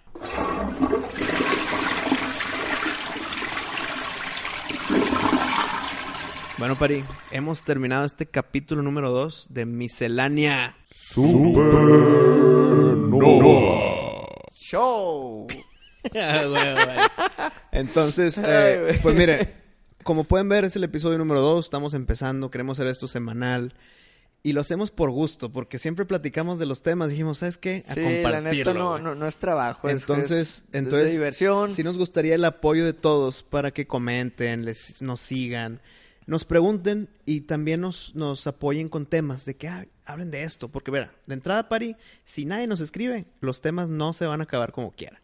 Speaker 2: Bueno, Pari, hemos terminado este capítulo número 2 de Miscelánea.
Speaker 1: Show.
Speaker 2: Entonces,
Speaker 1: Ay,
Speaker 2: eh,
Speaker 1: güey.
Speaker 2: pues mire, como pueden ver, es el episodio número 2. Estamos empezando, queremos hacer esto semanal. Y lo hacemos por gusto, porque siempre platicamos de los temas. Dijimos, ¿sabes qué? A
Speaker 1: Sí, la neta no,
Speaker 2: güey".
Speaker 1: no, no es trabajo. es-
Speaker 2: Entonces,
Speaker 1: es, es
Speaker 2: entonces
Speaker 1: de diversión.
Speaker 2: Sí nos gustaría el apoyo de todos para que comenten, les, nos sigan, nos pregunten y también nos, nos apoyen con temas de que ah, hablen de esto. Porque, verá, de entrada, Pari, si nadie nos escribe, los temas no se van a acabar como quieran.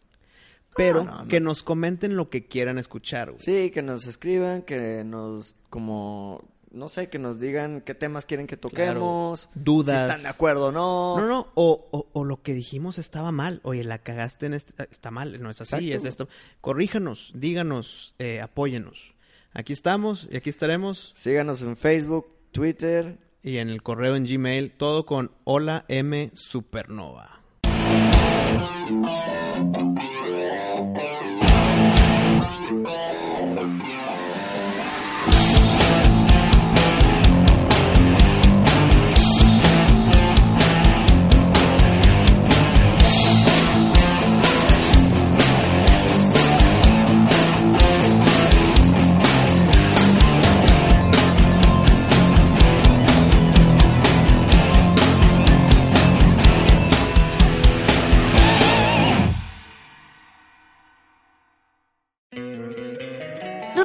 Speaker 2: Pero
Speaker 1: no, no.
Speaker 2: que nos comenten lo que quieran escuchar, güey.
Speaker 1: Sí, que nos escriban, que nos como no sé, que nos digan qué temas quieren que toquemos,
Speaker 2: Dudas.
Speaker 1: si están de acuerdo o no.
Speaker 2: No, no, o, o- o lo que dijimos estaba mal. Oye, la cagaste en este- Está mal, no es así,
Speaker 1: Exacto.
Speaker 2: es esto. Corríjanos, díganos, eh, apóyenos. Aquí estamos y aquí estaremos.
Speaker 1: Síganos en Facebook, Twitter,
Speaker 2: y en el correo en Gmail, todo con hola M Supernova.